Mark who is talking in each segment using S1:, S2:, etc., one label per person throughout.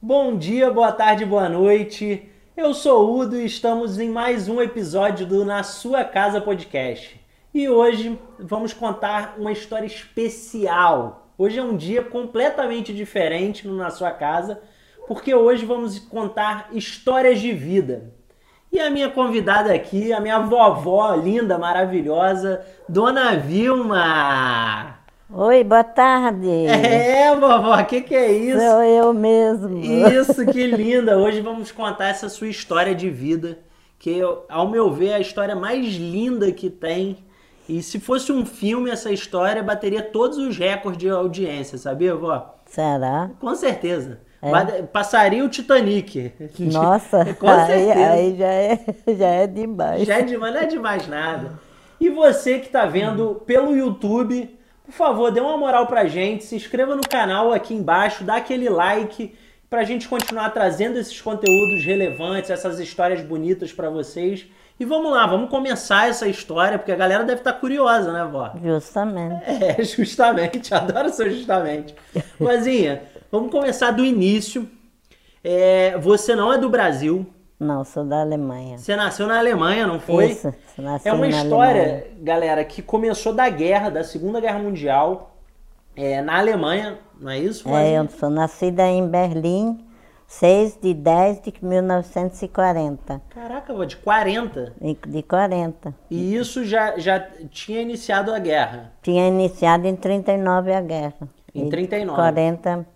S1: Bom dia, boa tarde, boa noite. Eu sou o Udo e estamos em mais um episódio do Na Sua Casa Podcast. E hoje vamos contar uma história especial. Hoje é um dia completamente diferente no Na Sua Casa, porque hoje vamos contar histórias de vida. E a minha convidada aqui, a minha vovó linda, maravilhosa, Dona Vilma.
S2: Oi, boa tarde.
S1: É, vovó, o que, que é isso?
S2: Sou eu mesmo.
S1: Isso, que linda! Hoje vamos contar essa sua história de vida, que eu- ao meu ver é a história mais linda que tem. E se fosse um filme, essa história bateria todos os recordes de audiência, sabia, vó?
S2: Será?
S1: Com certeza. Bate- Passaria o Titanic.
S2: Nossa,
S1: Com
S2: aí,
S1: certeza.
S2: aí já é, já é demais.
S1: Já é demais, não é demais nada. E você que tá vendo pelo YouTube, por favor, dê uma moral pra gente, se inscreva no canal aqui embaixo, dá aquele like pra gente continuar trazendo esses conteúdos relevantes, essas histórias bonitas pra vocês. E vamos lá, vamos começar essa história, porque a galera deve estar curiosa, né, vó?
S2: Justamente.
S1: É, justamente, adoro seu justamente. Vozinha, vamos começar do início. É, você não é do Brasil,
S2: Não, sou da Alemanha.
S1: você nasceu na Alemanha, não foi?
S2: Isso, nasci
S1: É uma
S2: na
S1: história,
S2: Alemanha.
S1: galera, que começou da guerra, da Segunda Guerra Mundial, é, na Alemanha, não é isso?
S2: É,
S1: Flavinha?
S2: eu sou nascida em Berlim, 6 de 10 de 1940.
S1: Caraca, vó, de 40.
S2: e- De 40.
S1: E isso já, já tinha iniciado a guerra.
S2: Tinha iniciado em 39 a guerra.
S1: Em
S2: E
S1: 39.
S2: 40,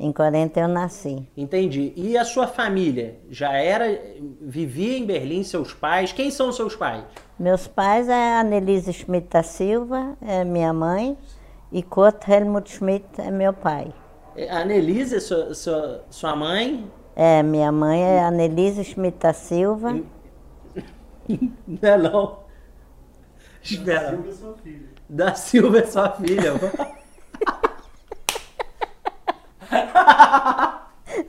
S2: em 40 eu nasci.
S1: Entendi. E a sua família? Já era. Vivia em Berlim, seus pais? Quem são seus pais?
S2: Meus pais é Annelise Schmidt da Silva, é minha mãe, e Kurt Helmut Schmidt é meu pai.
S1: É, A Annelise, sua, sua, sua mãe?
S2: É, minha mãe é Annelise Schmidt da Silva,
S1: Não é não? Espera. Da Silva é sua filha. vó.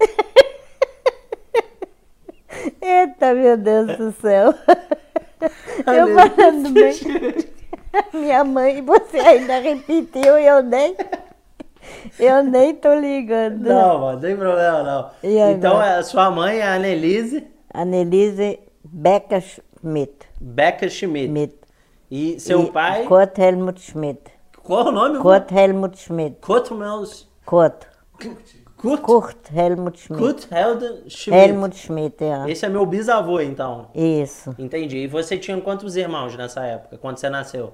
S2: eita meu Deus do céu, eu
S1: Annelise
S2: falando bem, minha mãe, e você ainda repetiu e eu nem, eu nem tô ligando.
S1: Não, mano, não tem problema não.
S2: E agora?
S1: então, a sua mãe é a Annelise
S2: Annelise Becker Schmidt,
S1: Becker Schmidt.
S2: Schmidt.
S1: E seu
S2: E
S1: pai.
S2: Kurt Helmut Schmidt,
S1: Qual é o nome?
S2: Kurt Helmut Schmidt,
S1: Kutmels.
S2: Kurt,
S1: Kurt. Kurt.
S2: Kurt Helmut Schmidt.
S1: Helder Schmidt.
S2: Helmut Schmidt, é.
S1: Esse é meu bisavô, então.
S2: Isso.
S1: Entendi. E você tinha quantos irmãos nessa época, quando você nasceu?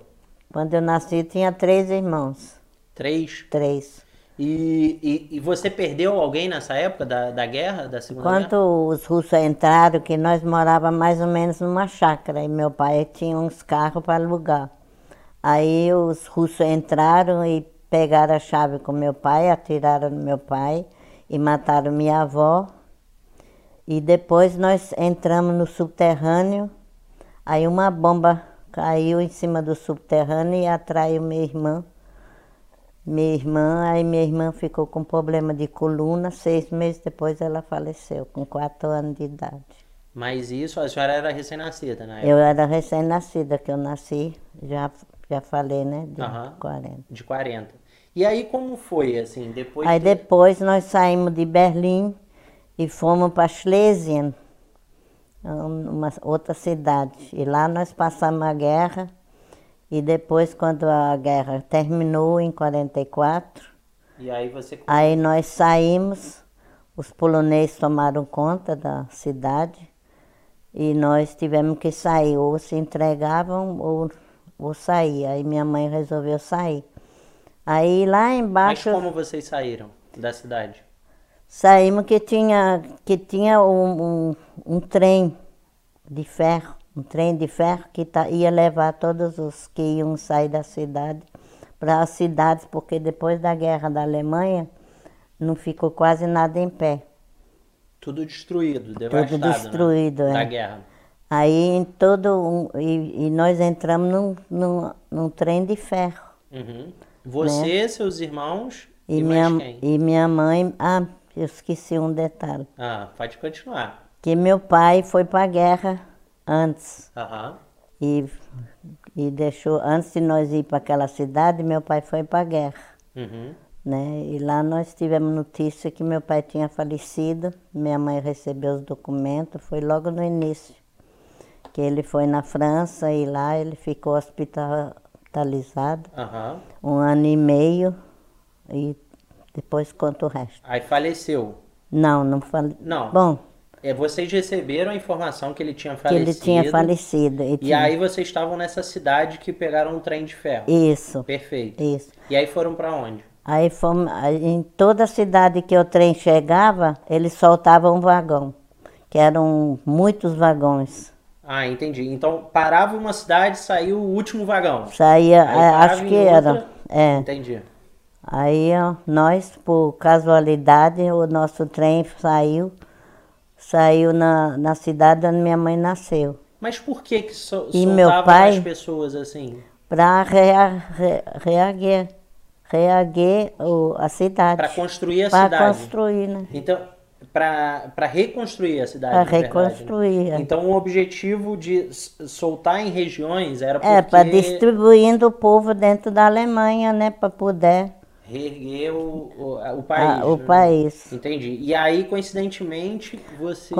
S2: Quando eu nasci, tinha três irmãos.
S1: Três.
S2: Três.
S1: E, e, e você perdeu alguém nessa época da, da guerra, da Segunda
S2: Quando
S1: Guerra?
S2: os russos entraram, que nós morávamos mais ou menos numa chácara, e meu pai tinha uns carros para alugar. Aí os russos entraram e pegaram a chave com meu pai, atiraram no meu pai e mataram minha avó. E depois nós entramos no subterrâneo, aí uma bomba caiu em cima do subterrâneo e atraiu minha irmã. Minha irmã, aí minha irmã ficou com problema de coluna, seis meses depois ela faleceu, com quatro anos de idade.
S1: Mas isso, a senhora era recém-nascida né? na época.
S2: Eu era recém-nascida, que eu nasci, já, já falei, né, de
S1: Aham.
S2: 40.
S1: De 40. E aí, como foi, assim, depois
S2: Aí
S1: de-
S2: depois nós saímos de Berlim e fomos para Schlesien, um, uma outra cidade. E lá nós passamos a guerra. E depois, quando a guerra terminou, em 44,
S1: E aí você...
S2: Aí nós saímos, os poloneses tomaram conta da cidade e nós tivemos que sair, ou se entregavam ou, ou sair. Aí minha mãe resolveu sair. Aí lá
S1: Mas
S2: embaixo
S1: como vocês saíram da cidade?
S2: saímos que tinha, que tinha um, um, um trem de ferro, um trem de ferro que ta- ia levar todos os que iam sair da cidade para as cidades, porque depois da guerra da Alemanha não ficou quase nada em pé.
S1: Tudo destruído, devastado, né?
S2: destruído, é.
S1: Da guerra.
S2: Aí em todo um, e, e nós entramos num, num, num trem de ferro.
S1: Uhum. Você, seus irmãos e,
S2: Né? E, minha,
S1: mais quem?
S2: e minha mãe, ah, eu esqueci um detalhe,
S1: Ah, pode continuar.
S2: que meu pai foi para a guerra antes
S1: Aham.
S2: e, e deixou antes de nós ir para aquela cidade, meu pai foi para a guerra.
S1: Uhum.
S2: né? E lá nós tivemos notícia que meu pai tinha falecido, minha mãe recebeu os documentos, foi logo no início. Que ele foi na França e lá ele ficou hospitalizado
S1: Aham.
S2: um ano e meio e depois conta o resto.
S1: Aí faleceu.
S2: Não, não falei.
S1: Não.
S2: Bom,
S1: É, vocês receberam a informação que ele tinha
S2: que
S1: falecido.
S2: ele tinha falecido. E,
S1: E
S2: tinha-
S1: aí vocês estavam nessa cidade que pegaram um trem de ferro.
S2: Isso,
S1: Perfeito.
S2: isso.
S1: E aí foram pra onde?
S2: Aí fomos, aí em toda cidade que o trem chegava, eles soltavam um vagão, que eram muitos vagões.
S1: Ah, entendi. Então parava uma cidade, saiu o último vagão.
S2: Saía,
S1: Aí
S2: é,
S1: parava
S2: acho
S1: em
S2: que
S1: outra-
S2: era. É.
S1: Entendi.
S2: Aí ó, nós, por casualidade, o nosso trem saiu, saiu na, na cidade onde minha mãe nasceu,
S1: Mas por que que so
S2: E
S1: soltavam
S2: meu pai-
S1: as pessoas assim?
S2: para reaguer, reaguer o- a cidade.
S1: Pra construir a
S2: é Pra
S1: cidade.
S2: construir, né?
S1: Então, para reconstruir a cidade,
S2: Pra
S1: na verdade, né?
S2: reconstruir, é.
S1: Então, o objetivo de s- soltar em regiões era
S2: É, para
S1: porque
S2: distribuindo o povo dentro da Alemanha, né? Para poder
S1: reerguer o, o, a- o país.
S2: ah, o
S1: né?
S2: país.
S1: Entendi. E aí, coincidentemente, você...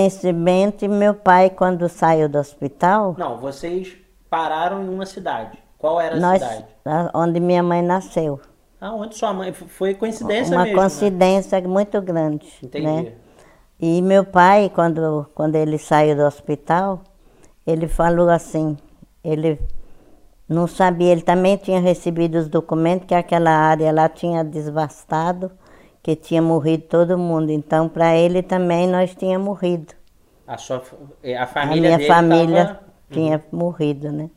S2: Coincidentemente, meu pai, quando saiu do hospital,
S1: Não, vocês pararam em uma cidade. Qual era a
S2: nós,
S1: cidade?
S2: a- onde minha mãe nasceu.
S1: Ah, onde sua mãe... f- Foi coincidência
S2: Uma
S1: mesmo, né?
S2: coincidência muito grande.
S1: Entendi.
S2: Né? E meu pai, quando, quando ele saiu do hospital, ele falou assim, ele não sabia, ele também tinha recebido os documentos que aquela área lá tinha desvastado, que tinha morrido todo mundo. Então, para ele também nós tinha morrido.
S1: A, sua, f- é, a
S2: A
S1: família
S2: minha
S1: dele
S2: família
S1: tava- Uhum.
S2: tinha morrido, né?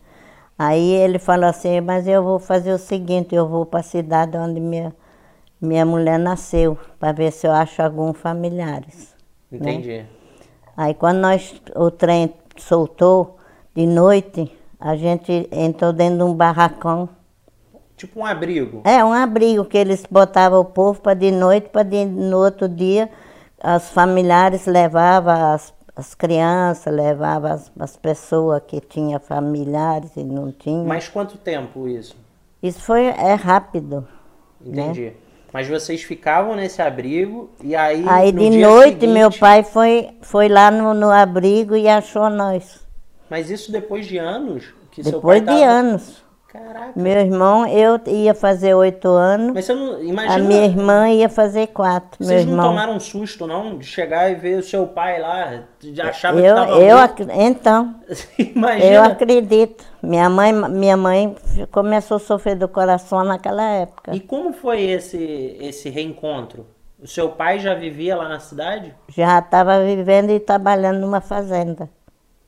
S2: Aí ele falou assim, mas eu vou fazer o seguinte, eu vou para a cidade onde minha, minha mulher nasceu, para ver se eu acho algum familiares.
S1: Entendi.
S2: Aí quando nós o trem soltou de noite, a gente entrou dentro de um barracão.
S1: Tipo um abrigo.
S2: É um abrigo que eles botavam o povo para de noite, para no outro dia os familiares levavam as, as crianças, levavam as, as pessoas que tinham familiares e não tinham.
S1: Mas quanto tempo isso?
S2: Isso foi é rápido.
S1: Entendi.
S2: Né?
S1: Mas vocês ficavam nesse abrigo e aí.
S2: Aí
S1: no
S2: de
S1: dia
S2: noite meu
S1: seguinte-
S2: pai foi, foi lá no, no abrigo e achou nós.
S1: Mas isso depois de anos? Que seu pai
S2: Depois de
S1: tava-
S2: anos.
S1: Caraca.
S2: Meu irmão, eu ia fazer oito anos.
S1: Mas você não.
S2: A
S1: Imagina.
S2: minha irmã ia fazer quatro, meu
S1: Vocês não
S2: irmão.
S1: tomaram um susto, não? De chegar e ver o seu pai lá. Já achava que
S2: eu,
S1: tava
S2: eu,
S1: morto.
S2: ac- então, eu
S1: Imagina.
S2: acredito. Minha mãe, minha mãe f- começou a sofrer do coração naquela época.
S1: E como foi esse, esse reencontro? O seu pai já vivia lá na cidade?
S2: Já estava vivendo e trabalhando numa fazenda.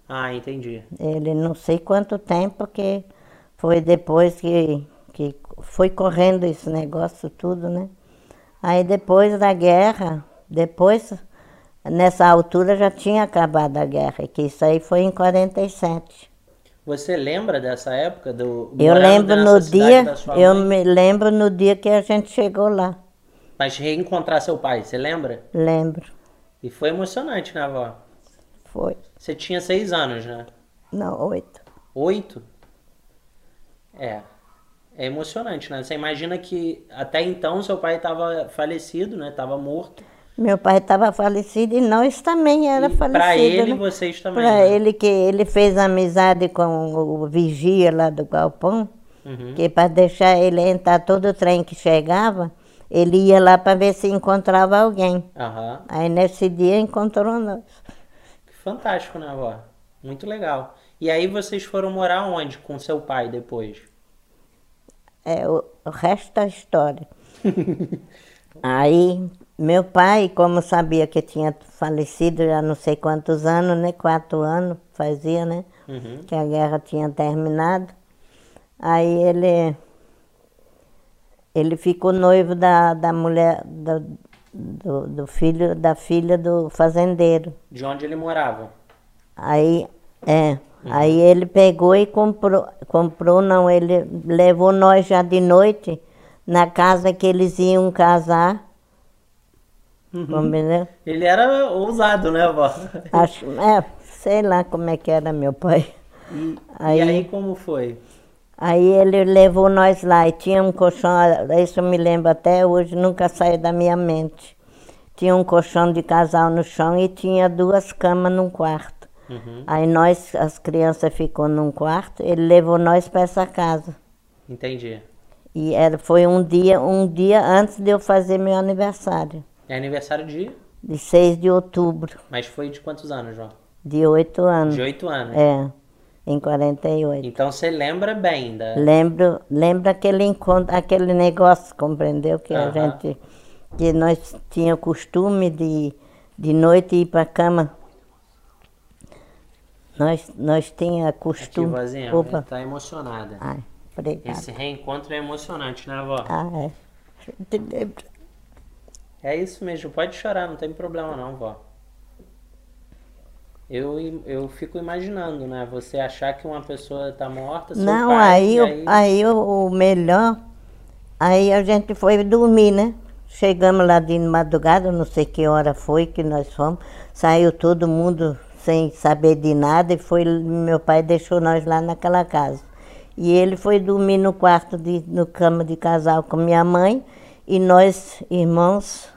S1: Ah, entendi.
S2: Ele não sei quanto tempo que foi depois que, que foi correndo esse negócio tudo, né? Aí depois da guerra, depois, nessa altura já tinha acabado a guerra, que isso aí foi em 47.
S1: Você lembra dessa época do.
S2: Eu
S1: morando
S2: lembro
S1: nessa
S2: no
S1: cidade
S2: dia,
S1: da sua
S2: eu
S1: mãe?
S2: me lembro no dia que a gente chegou lá,
S1: Mas reencontrar seu pai, você lembra?
S2: lembro,
S1: E foi emocionante, né, avó?
S2: foi,
S1: Você tinha seis anos, né?
S2: não, oito.
S1: Oito? É. É emocionante, né? Você imagina que até então seu pai estava falecido, né? Tava morto.
S2: Meu pai estava falecido e nós também era
S1: E pra
S2: falecido.
S1: ele,
S2: né?
S1: vocês também,
S2: Pra
S1: né?
S2: ele que ele fez amizade com o vigia lá do galpão,
S1: Uhum.
S2: que para deixar ele entrar todo o trem que chegava, ele ia lá para ver se encontrava alguém.
S1: Aham.
S2: Aí nesse dia encontrou nós.
S1: Que Fantástico, né, avó? Muito legal. E aí vocês foram morar onde com seu pai depois?
S2: É o, o resto da história. Aí meu pai, como sabia que tinha falecido já não sei quantos anos, né? Quatro anos fazia, né?
S1: Uhum.
S2: que a guerra tinha terminado. Aí ele ele ficou noivo da, da mulher do, do, do filho da filha do fazendeiro.
S1: De onde ele morava?
S2: Aí é, aí ele pegou e comprou, comprou não, ele levou nós já de noite na casa que eles iam casar. Combinou?
S1: Ele era ousado, né, avó?
S2: Acho, é, sei lá como é que era meu pai.
S1: E e aí,
S2: Aí-
S1: como foi?
S2: Aí ele levou nós lá e tinha um colchão, isso eu me lembro até hoje, nunca saiu da minha mente. Tinha um colchão de casal no chão e tinha duas camas num quarto.
S1: Uhum.
S2: Aí nós, as crianças ficou num quarto, ele levou nós para essa casa.
S1: Entendi.
S2: E era, foi um dia, um dia antes de eu fazer meu aniversário,
S1: É aniversário de.
S2: de 6 de outubro,
S1: Mas foi de quantos anos, João?
S2: de 8 anos.
S1: De oito anos.
S2: É, em 48.
S1: Então você lembra bem da.
S2: Lembro, lembro aquele encontro, aquele negócio, compreendeu? Que a
S1: Aham.
S2: gente, que nós tinha o costume de, de noite ir para cama. Nós, nós tinha
S1: Aqui,
S2: costume.
S1: vozinha,
S2: Opa.
S1: tá emocionada.
S2: Ai, obrigada.
S1: Esse reencontro é emocionante, né, avó?
S2: Ah, é. Eu te lembro.
S1: É isso mesmo, pode chorar, não tem problema não, vó. Eu, im- eu fico imaginando, né? Você achar que uma pessoa tá morta, seu
S2: Não,
S1: pai,
S2: aí,
S1: e
S2: o- aí o, o melhor, aí a gente foi dormir, né? Chegamos lá de madrugada, não sei que hora foi que nós fomos, saiu todo mundo sem saber de nada e foi, meu pai deixou nós lá naquela casa. E ele foi dormir no quarto, de, no cama de casal com minha mãe e nós, irmãos,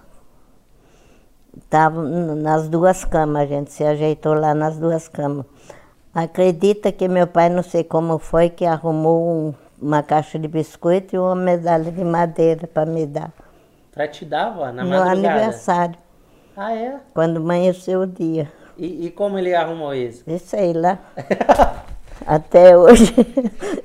S2: Tava n- nas duas camas, a gente se ajeitou lá nas duas camas. Acredita que meu pai, não sei como foi, que arrumou um- uma caixa de biscoito e uma medalha de madeira para me dar.
S1: Pra te dar, vó, na
S2: no
S1: madrugada.
S2: aniversário,
S1: Ah, é?
S2: quando amanheceu o dia.
S1: E, e como ele arrumou isso?
S2: E sei lá. Até hoje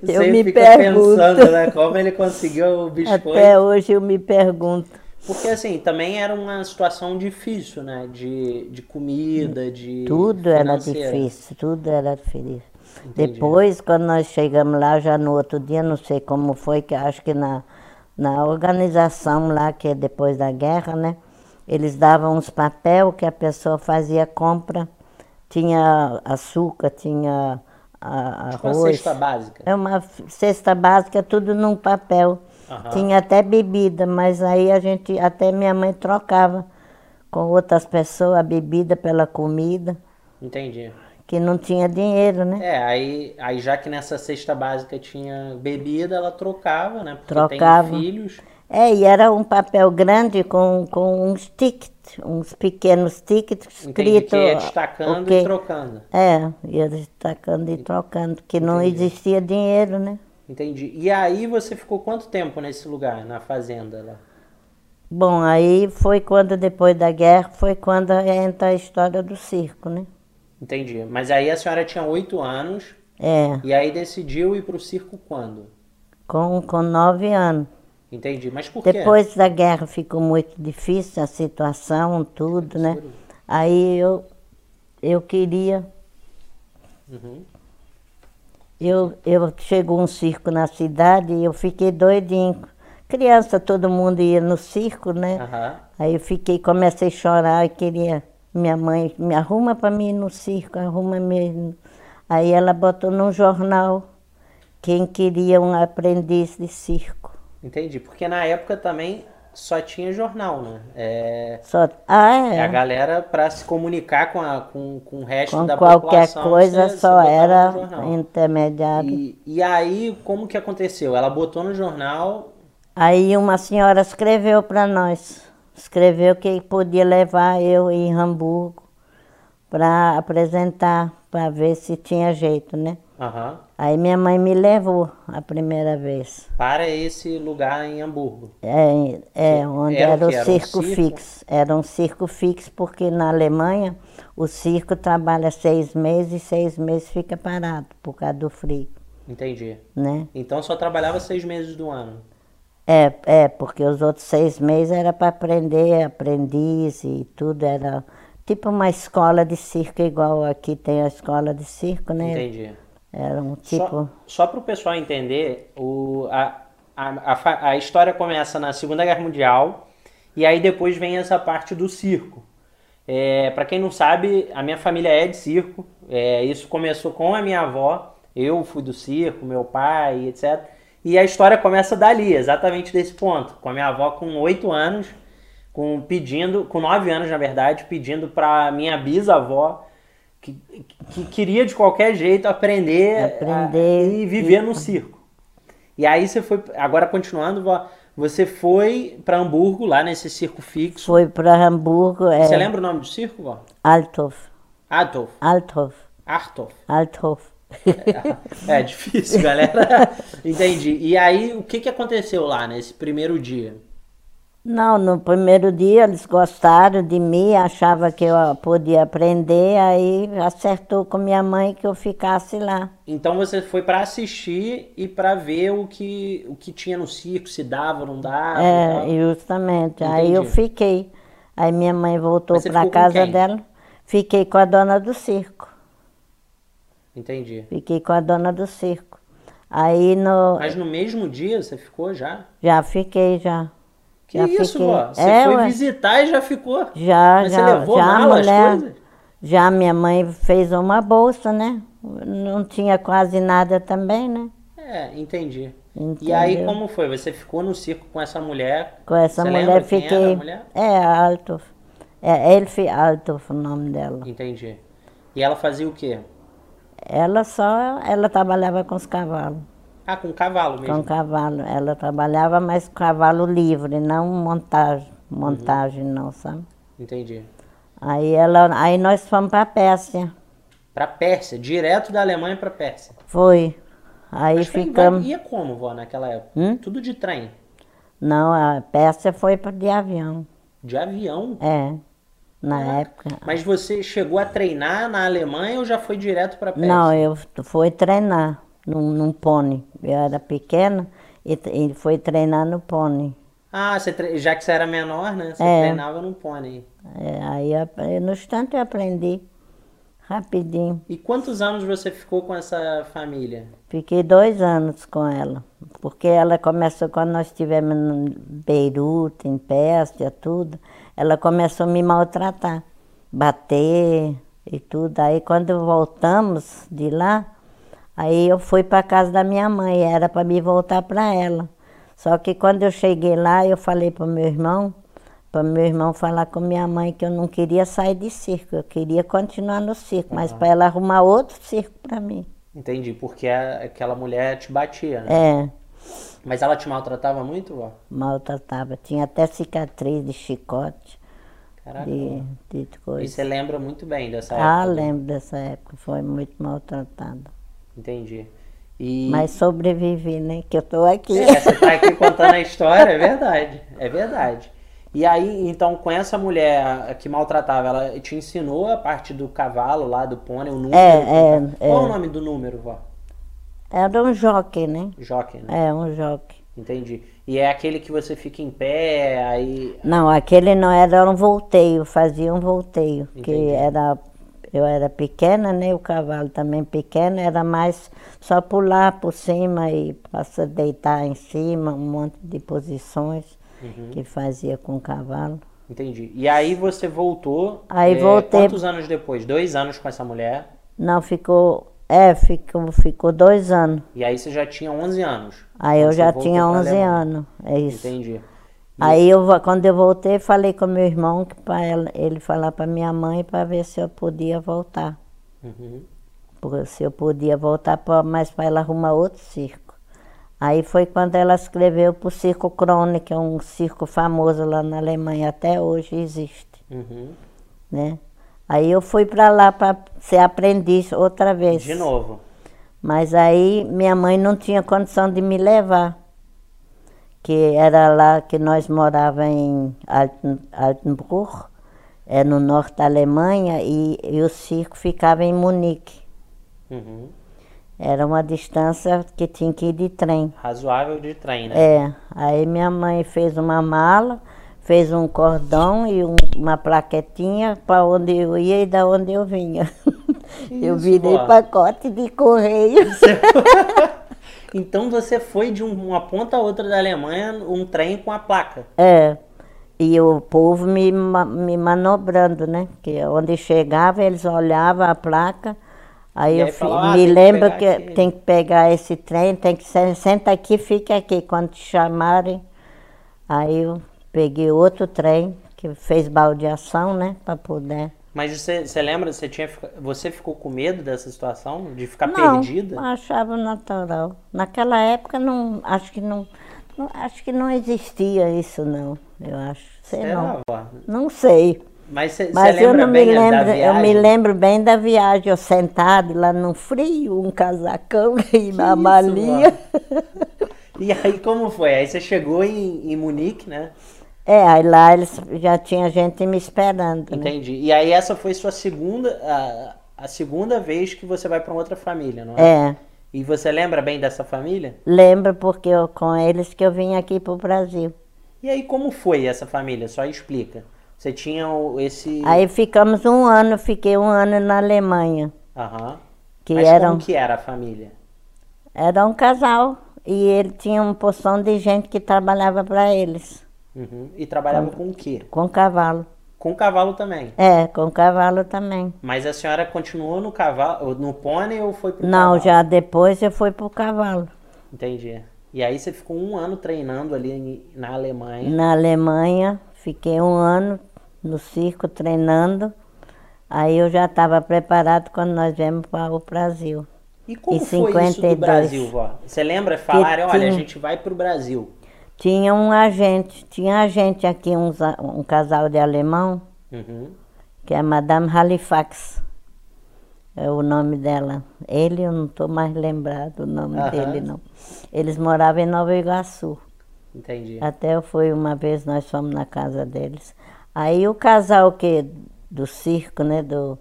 S2: eu
S1: Você
S2: me
S1: fica
S2: pergunto.
S1: pensando, né? Como ele conseguiu o biscoito.
S2: Até hoje eu me pergunto.
S1: Porque assim, também era uma situação difícil, né? De, de comida, de.
S2: Tudo era
S1: financeira.
S2: difícil, tudo era difícil.
S1: Entendi.
S2: Depois, quando nós chegamos lá, já no outro dia, não sei como foi, que acho que na, na organização lá, que é depois da guerra, né? Eles davam uns papel que a pessoa fazia compra. Tinha açúcar, tinha a-
S1: Tipo uma
S2: arroz.
S1: cesta básica.
S2: É uma f- cesta básica, tudo num papel.
S1: Aham.
S2: Tinha até bebida, mas aí a gente, até minha mãe trocava com outras pessoas a bebida pela comida,
S1: Entendi.
S2: que não tinha dinheiro, né?
S1: É, aí, aí já que nessa cesta básica tinha bebida, ela trocava, né? Porque
S2: Trocava.
S1: tem filhos.
S2: É, e era um papel grande com, com uns tickets, uns pequenos tickets
S1: Entendi
S2: escritos.
S1: que ia destacando e trocando.
S2: É, ia destacando e trocando, que não existia dinheiro, né?
S1: Entendi. E aí você ficou quanto tempo nesse lugar, na fazenda lá?
S2: Bom, aí foi quando, depois da guerra, foi quando entra a história do circo, né?
S1: Entendi. Mas aí a senhora tinha oito anos
S2: É,
S1: e aí decidiu ir pro circo quando?
S2: com, com nove anos.
S1: Entendi. Mas por quê?
S2: Depois da guerra ficou muito difícil a situação, tudo, né? Aí eu, eu queria.
S1: Uhum.
S2: Eu, eu chegou um circo na cidade e eu fiquei doidinho. Criança, todo mundo ia no circo, né?
S1: Aham.
S2: Aí eu fiquei, comecei a chorar e queria. Minha mãe, me arruma para mim ir no circo, arruma mesmo. Aí ela botou num jornal quem queria um aprendiz de circo.
S1: Entendi. Porque na época também só tinha jornal, né? É,
S2: Só, ah, é.
S1: é a galera pra se comunicar com, a, com, com o resto
S2: Com
S1: da
S2: qualquer
S1: população. é
S2: coisa
S1: você- você
S2: só
S1: botava no
S2: era
S1: jornal.
S2: intermediário.
S1: E, e aí, como que aconteceu? Ela botou no jornal.
S2: Aí uma senhora escreveu para nós, escreveu que podia levar eu em Hamburgo para apresentar, para ver se tinha jeito, né?
S1: Aham.
S2: Aí minha mãe me levou a primeira vez.
S1: Para esse lugar em Hamburgo.
S2: É, é, onde
S1: Era o quê?
S2: era, o
S1: Era um
S2: circo
S1: circo?
S2: fixo. Era um circo fixo, porque na Alemanha o circo trabalha seis meses e seis meses fica parado por causa do frio,
S1: Entendi.
S2: né?
S1: Então só trabalhava seis meses do ano.
S2: É, é, porque os outros seis meses era para aprender, aprendiz e tudo, era tipo uma escola de circo, igual aqui tem a escola de circo, né?
S1: Entendi.
S2: Era um tipo.
S1: Só, só para o pessoal entender, o, a, a, a, fa- a história começa na Segunda Guerra Mundial e aí depois vem essa parte do circo. É, para quem não sabe, a minha família é de circo. É, isso começou com a minha avó. Eu fui do circo, meu pai, etc. E a história começa dali, exatamente desse ponto. Com a minha avó com oito anos, com pedindo, com nove anos na verdade, pedindo para minha bisavó que, que queria de qualquer jeito aprender, a-
S2: Aprender.
S1: e Ah, viver no circo. E aí você foi, agora continuando, vo- você foi pra Hamburgo, lá nesse circo fixo.
S2: Fui para Hamburgo, é,
S1: Você lembra o nome do circo, vó?
S2: Althof,
S1: Adolf,
S2: Althof,
S1: Arthof.
S2: Althof.
S1: É difícil, galera. Entendi. E aí, o que, que aconteceu lá nesse primeiro dia?
S2: Não, no primeiro dia eles gostaram de mim, achava que eu podia aprender, aí acertou com minha mãe que eu ficasse lá.
S1: Então você foi pra assistir e pra ver o que, o que tinha no circo, se dava, não dava. e
S2: É,
S1: tal.
S2: justamente. Aí eu
S1: Entendi.
S2: fiquei. Aí minha mãe voltou
S1: Mas você
S2: para
S1: ficou com
S2: casa
S1: quem?
S2: dela. Fiquei com a dona do circo.
S1: Entendi.
S2: Fiquei com a dona do circo. Aí no
S1: Mas no mesmo dia você ficou já?
S2: já fiquei já.
S1: Que
S2: Já
S1: isso,
S2: fiquei.
S1: vó? Você
S2: É,
S1: foi
S2: ué.
S1: visitar e já ficou?
S2: Já,
S1: Mas
S2: já,
S1: você levou
S2: já
S1: mala,
S2: a mulher,
S1: as coisas?
S2: já minha mãe fez uma bolsa, né? Não tinha quase nada também, né?
S1: É, entendi. E
S2: Entendeu?
S1: aí, como foi? Você ficou no circo com essa mulher?
S2: Com essa
S1: Você lembra
S2: mulher
S1: quem era a
S2: fiquei.
S1: mulher?
S2: É, Alto. É Elfie Alto o nome dela.
S1: Entendi. E ela fazia o quê?
S2: Ela só, ela trabalhava com os cavalos.
S1: Ah, com cavalo mesmo.
S2: Com cavalo. Ela trabalhava, mas com cavalo livre, não montagem, montagem não, sabe?
S1: Entendi.
S2: Aí, ela, aí nós fomos para a Pérsia.
S1: Pra Pérsia, direto da Alemanha pra Pérsia.
S2: Foi. Aí
S1: Mas foi em
S2: ficamos.
S1: van- Ia como, vó, naquela época?
S2: Hum?
S1: Tudo de trem.
S2: Não, a Pérsia foi pra- de avião.
S1: De avião.
S2: É. Na época.
S1: Mas você chegou a treinar na Alemanha ou já foi direto pra Pérsia?
S2: Não, eu f- fui treinar num, num pônei. Eu era pequena e, t- e fui treinar no pônei.
S1: Ah, você tre- já que você era menor, né? Você
S2: É.
S1: treinava no pônei.
S2: É, aí eu ap- no instante eu aprendi. Rapidinho.
S1: E quantos anos você ficou com essa família?
S2: Fiquei dois anos com ela, porque ela começou quando nós estivemos em Beirute, em Pérsia, tudo. Ela começou a me maltratar, bater e tudo. Aí quando voltamos de lá, aí eu fui para casa da minha mãe, era para me voltar para ela. Só que quando eu cheguei lá, eu falei para meu irmão, para meu irmão falar com minha mãe que eu não queria sair de circo, eu queria continuar no circo, mas para ela arrumar outro circo para mim.
S1: Entendi, porque a- aquela mulher te batia, né?
S2: É.
S1: Mas ela te maltratava muito, vó?
S2: maltratava. Tinha até cicatriz de chicote,
S1: Caraca.
S2: de, de
S1: E
S2: coisa.
S1: você lembra muito bem dessa
S2: Ah,
S1: época. né?
S2: lembro dessa época, foi muito maltratada.
S1: Entendi. E
S2: Mas sobrevivi, né? Que eu tô aqui.
S1: É, você tá aqui contando a história, é verdade. É verdade. E aí, então, com essa mulher que maltratava, ela te ensinou a parte do cavalo lá, do pônei, o número.
S2: É,
S1: do-
S2: é,
S1: Qual
S2: é.
S1: o nome do número, vó?
S2: Era um jockey, né?
S1: Jockey, né?
S2: É, um jockey.
S1: Entendi. E é aquele que você fica em pé, aí.
S2: Não, aquele não era um volteio, fazia um volteio.
S1: Entendi.
S2: Que era. Eu era pequena, né? O cavalo também pequeno, era mais só pular por cima e passa deitar em cima, um monte de posições
S1: Uhum.
S2: que fazia com o cavalo.
S1: Entendi. E aí você voltou.
S2: Aí
S1: é,
S2: voltei.
S1: Quantos anos depois? Dois anos com essa mulher.
S2: Não, ficou. É, ficou, ficou dois anos.
S1: E aí você já tinha 11 anos.
S2: Aí eu
S1: Quando
S2: já
S1: você voltou
S2: tinha
S1: pra
S2: 11
S1: Alemanha.
S2: anos. É isso.
S1: Entendi.
S2: Aí eu, vo- quando eu voltei, falei com meu irmão que para ele falar para minha mãe para ver se eu podia voltar.
S1: Uhum.
S2: Porque se eu podia voltar, pra, mas para ela arrumar outro circo. Aí foi quando ela escreveu para o Circo Krone, que é um circo famoso lá na Alemanha, até hoje existe,
S1: Uhum.
S2: né? Aí eu fui para lá para ser aprendiz outra vez.
S1: De novo.
S2: Mas aí minha mãe não tinha condição de me levar, que era lá que nós morava em Alten, Altenbruch, é no norte da Alemanha, e, e o circo ficava em Munique.
S1: Uhum.
S2: Era uma distância que tinha que ir de trem.
S1: Razoável de trem, né?
S2: É, aí minha mãe fez uma mala, fez um cordão e um- uma plaquetinha para onde eu ia e da onde eu vinha. eu
S1: isso,
S2: virei
S1: vó?
S2: pacote de correio.
S1: Então você foi de um- uma ponta a outra da Alemanha um trem com a placa.
S2: É, e o povo me, ma- me manobrando, né? Que onde chegava, eles olhavam a placa. Aí
S1: E
S2: eu
S1: aí
S2: fi-
S1: falava, "Ah,
S2: me
S1: tem que
S2: lembro
S1: pegar
S2: que
S1: aquele."
S2: tem que pegar esse trem, tem que sen- senta aqui, fica aqui quando te chamarem. Aí eu peguei outro trem que fez baldeação, né, para poder
S1: Mas você, você lembra, você, tinha, fica- você ficou com medo dessa situação? De ficar
S2: não,
S1: Tá perdida?
S2: achava natural. Naquela época não, acho que não, não- acho que não existia isso não, eu acho. Sei não.
S1: Será, vó?
S2: Não sei.
S1: Mas você,
S2: Mas
S1: você
S2: eu
S1: lembra
S2: não me
S1: bem da
S2: lembro, eu me
S1: viagem?
S2: lembro bem da viagem, eu sentado lá no frio, um casacão e uma
S1: isso,
S2: malinha.
S1: E aí como foi? Aí você chegou em, em Munique, né?
S2: É, aí lá eles já tinha gente me esperando. Né?
S1: Entendi. E aí essa foi sua segunda a, a segunda vez que você vai pra outra família, não é?
S2: É,
S1: E você lembra bem dessa família?
S2: lembro porque eu, com eles que eu vim aqui pro Brasil.
S1: E aí como foi essa família? Só explica. Você tinha o- esse
S2: Aí ficamos um ano, fiquei um ano na Alemanha.
S1: Aham.
S2: Que
S1: Mas
S2: eram,
S1: como que era a família?
S2: era um casal e ele tinha uma porção de gente que trabalhava para eles,
S1: Uhum. E trabalhava com o quê?
S2: com cavalo.
S1: Com cavalo também.
S2: É, com cavalo também.
S1: Mas a senhora continuou no cavalo, no pônei ou foi pro
S2: Não,
S1: cavalo?
S2: já depois eu fui pro cavalo.
S1: Entendi. E aí você ficou um ano treinando ali em- na Alemanha.
S2: Na Alemanha, fiquei um ano no circo treinando. Aí eu já estava preparado quando nós viemos para o Brasil.
S1: E como
S2: Em
S1: foi isso do
S2: 52.
S1: Brasil, vó? Você lembra? Falaram, olha, a
S2: tinha-
S1: gente vai pro Brasil.
S2: Tinha um agente, tinha agente aqui, uns a- um casal de alemão,
S1: Uhum.
S2: que é a Madame Halifax. É o nome dela. Ele, eu não estou mais lembrado o nome
S1: Aham.
S2: dele, não. Eles moravam em Nova Iguaçu.
S1: Entendi.
S2: Até eu fui uma vez, nós fomos na casa deles. Aí o casal que do circo, né, do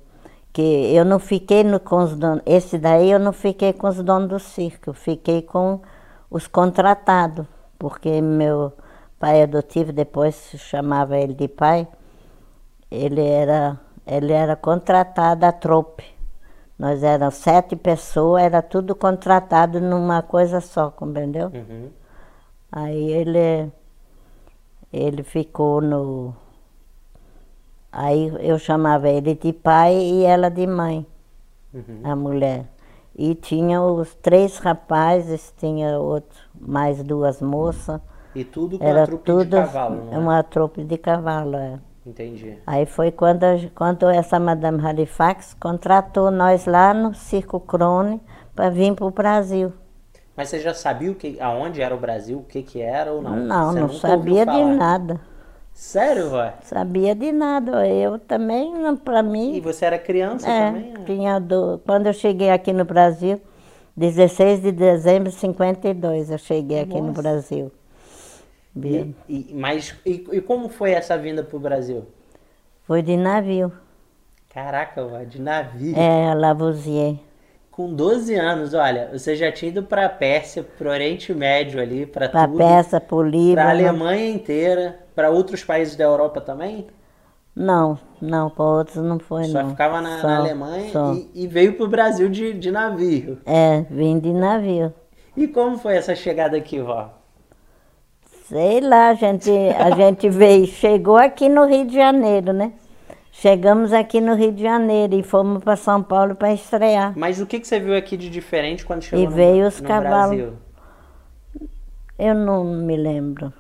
S2: que eu não fiquei no, com os donos, esse daí eu não fiquei com os donos do circo, eu fiquei com os contratados, porque meu pai adotivo depois se chamava ele de pai. Ele era ele era contratado à trope. Nós éramos sete pessoas, era tudo contratado numa coisa só, compreendeu?
S1: Uhum.
S2: Aí ele ele ficou no aí eu chamava ele de pai e ela de mãe,
S1: Uhum.
S2: a mulher. E tinha os três rapazes, tinha outro, mais duas moças.
S1: E tudo com a
S2: Era
S1: trupe
S2: tudo
S1: de cavalo, não é?
S2: uma trupe de cavalo. é.
S1: Entendi.
S2: Aí foi quando, a- quando essa Madame Halifax contratou nós lá no Circo Crone para vir para o Brasil.
S1: Mas você já sabia o que, aonde era o Brasil, o que que era ou não?
S2: Não,
S1: Você
S2: não
S1: nunca
S2: sabia
S1: ouviu
S2: de
S1: falar.
S2: nada.
S1: Sério, vó?
S2: Sabia de nada. Eu também, para mim.
S1: E você era criança
S2: É,
S1: também? né?
S2: tinha do- quando eu cheguei aqui no Brasil, 16 de dezembro de 52, eu cheguei aqui no
S1: Nossa.
S2: Brasil. Vi-
S1: E, e- mas e, e como foi essa vinda pro Brasil?
S2: Foi de navio,
S1: Caraca, vó, de navio.
S2: é, Lavoisier.
S1: Com 12 anos, olha, você já tinha ido pra Pérsia, pro Oriente Médio ali, pra
S2: Pra né?
S1: tudo.
S2: peça, pro
S1: Pra
S2: Líbano.
S1: Alemanha inteira, pra outros países da Europa também?
S2: Não, não, para outros não foi
S1: Só
S2: não.
S1: ficava na,
S2: Só-
S1: na Alemanha
S2: só.
S1: e, e veio pro Brasil de, de navio.
S2: É, vim de navio.
S1: E como foi essa chegada aqui, vó?
S2: Sei lá, a gente, a gente veio, chegou aqui no Rio de Janeiro, né? Chegamos aqui no Rio de Janeiro e fomos para São Paulo para estrear.
S1: Mas o que, que você viu aqui de diferente quando chegou
S2: E
S1: no,
S2: veio os
S1: no
S2: cavalos.
S1: Brasil?
S2: Eu não me lembro.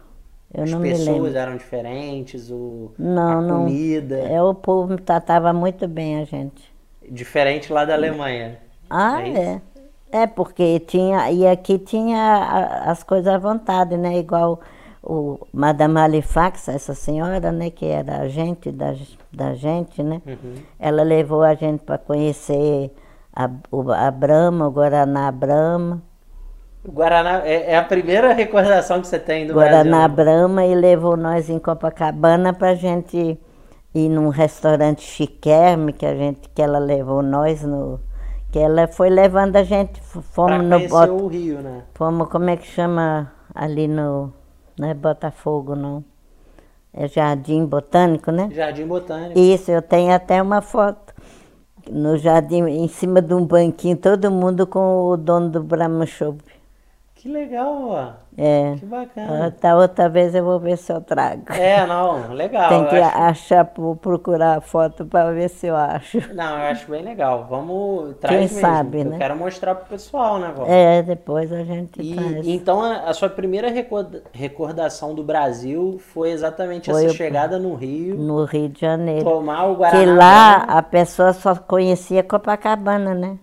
S2: Eu
S1: As
S2: não me lembro.
S1: pessoas eram diferentes, o,
S2: Não,
S1: a
S2: não.
S1: comida.
S2: É, o povo tratava muito bem a gente.
S1: Diferente lá da Alemanha.
S2: Ah,
S1: É
S2: é. É, porque tinha. E aqui tinha a- as coisas à vontade, né? Igual o Madame Halifax, essa senhora, né? Que era agente da, g- da gente, né?
S1: Uhum.
S2: Ela levou a gente para conhecer a, o, a Brahma, o Guaraná Brahma.
S1: O Guaraná é, é a primeira recordação que você tem do
S2: Guaraná
S1: Brasil.
S2: Brahma e levou nós em Copacabana pra gente ir num restaurante chiquérrimo que a gente que ela levou nós no que ela foi levando a gente f-
S1: Pra
S2: fomos no
S1: conhecer
S2: Bot-
S1: o Rio, né?
S2: fomos como é que chama ali no não é Botafogo não é Jardim Botânico né
S1: Jardim Botânico.
S2: isso, eu tenho até uma foto no jardim, em cima de um banquinho, todo mundo com o dono do Brahma Shop.
S1: Que legal, ó.
S2: É.
S1: Que bacana.
S2: Outra, outra vez eu vou ver se eu trago.
S1: É, não, legal.
S2: Ah. Tem que
S1: eu acho-
S2: achar, pro- procurar a foto para ver se eu acho.
S1: Não, eu acho bem legal. Vamos traz
S2: Quem
S1: mesmo.
S2: sabe,
S1: eu
S2: né?
S1: quero mostrar pro pessoal, né, Val?
S2: É, depois a gente
S1: E
S2: traz.
S1: então a, a sua primeira recorda- recordação do Brasil foi exatamente
S2: Foi
S1: essa
S2: o-
S1: chegada no Rio,
S2: no Rio de Janeiro.
S1: tomar o
S2: Que
S1: Guaraná
S2: lá
S1: Brahma,
S2: a pessoa só conhecia Copacabana, né?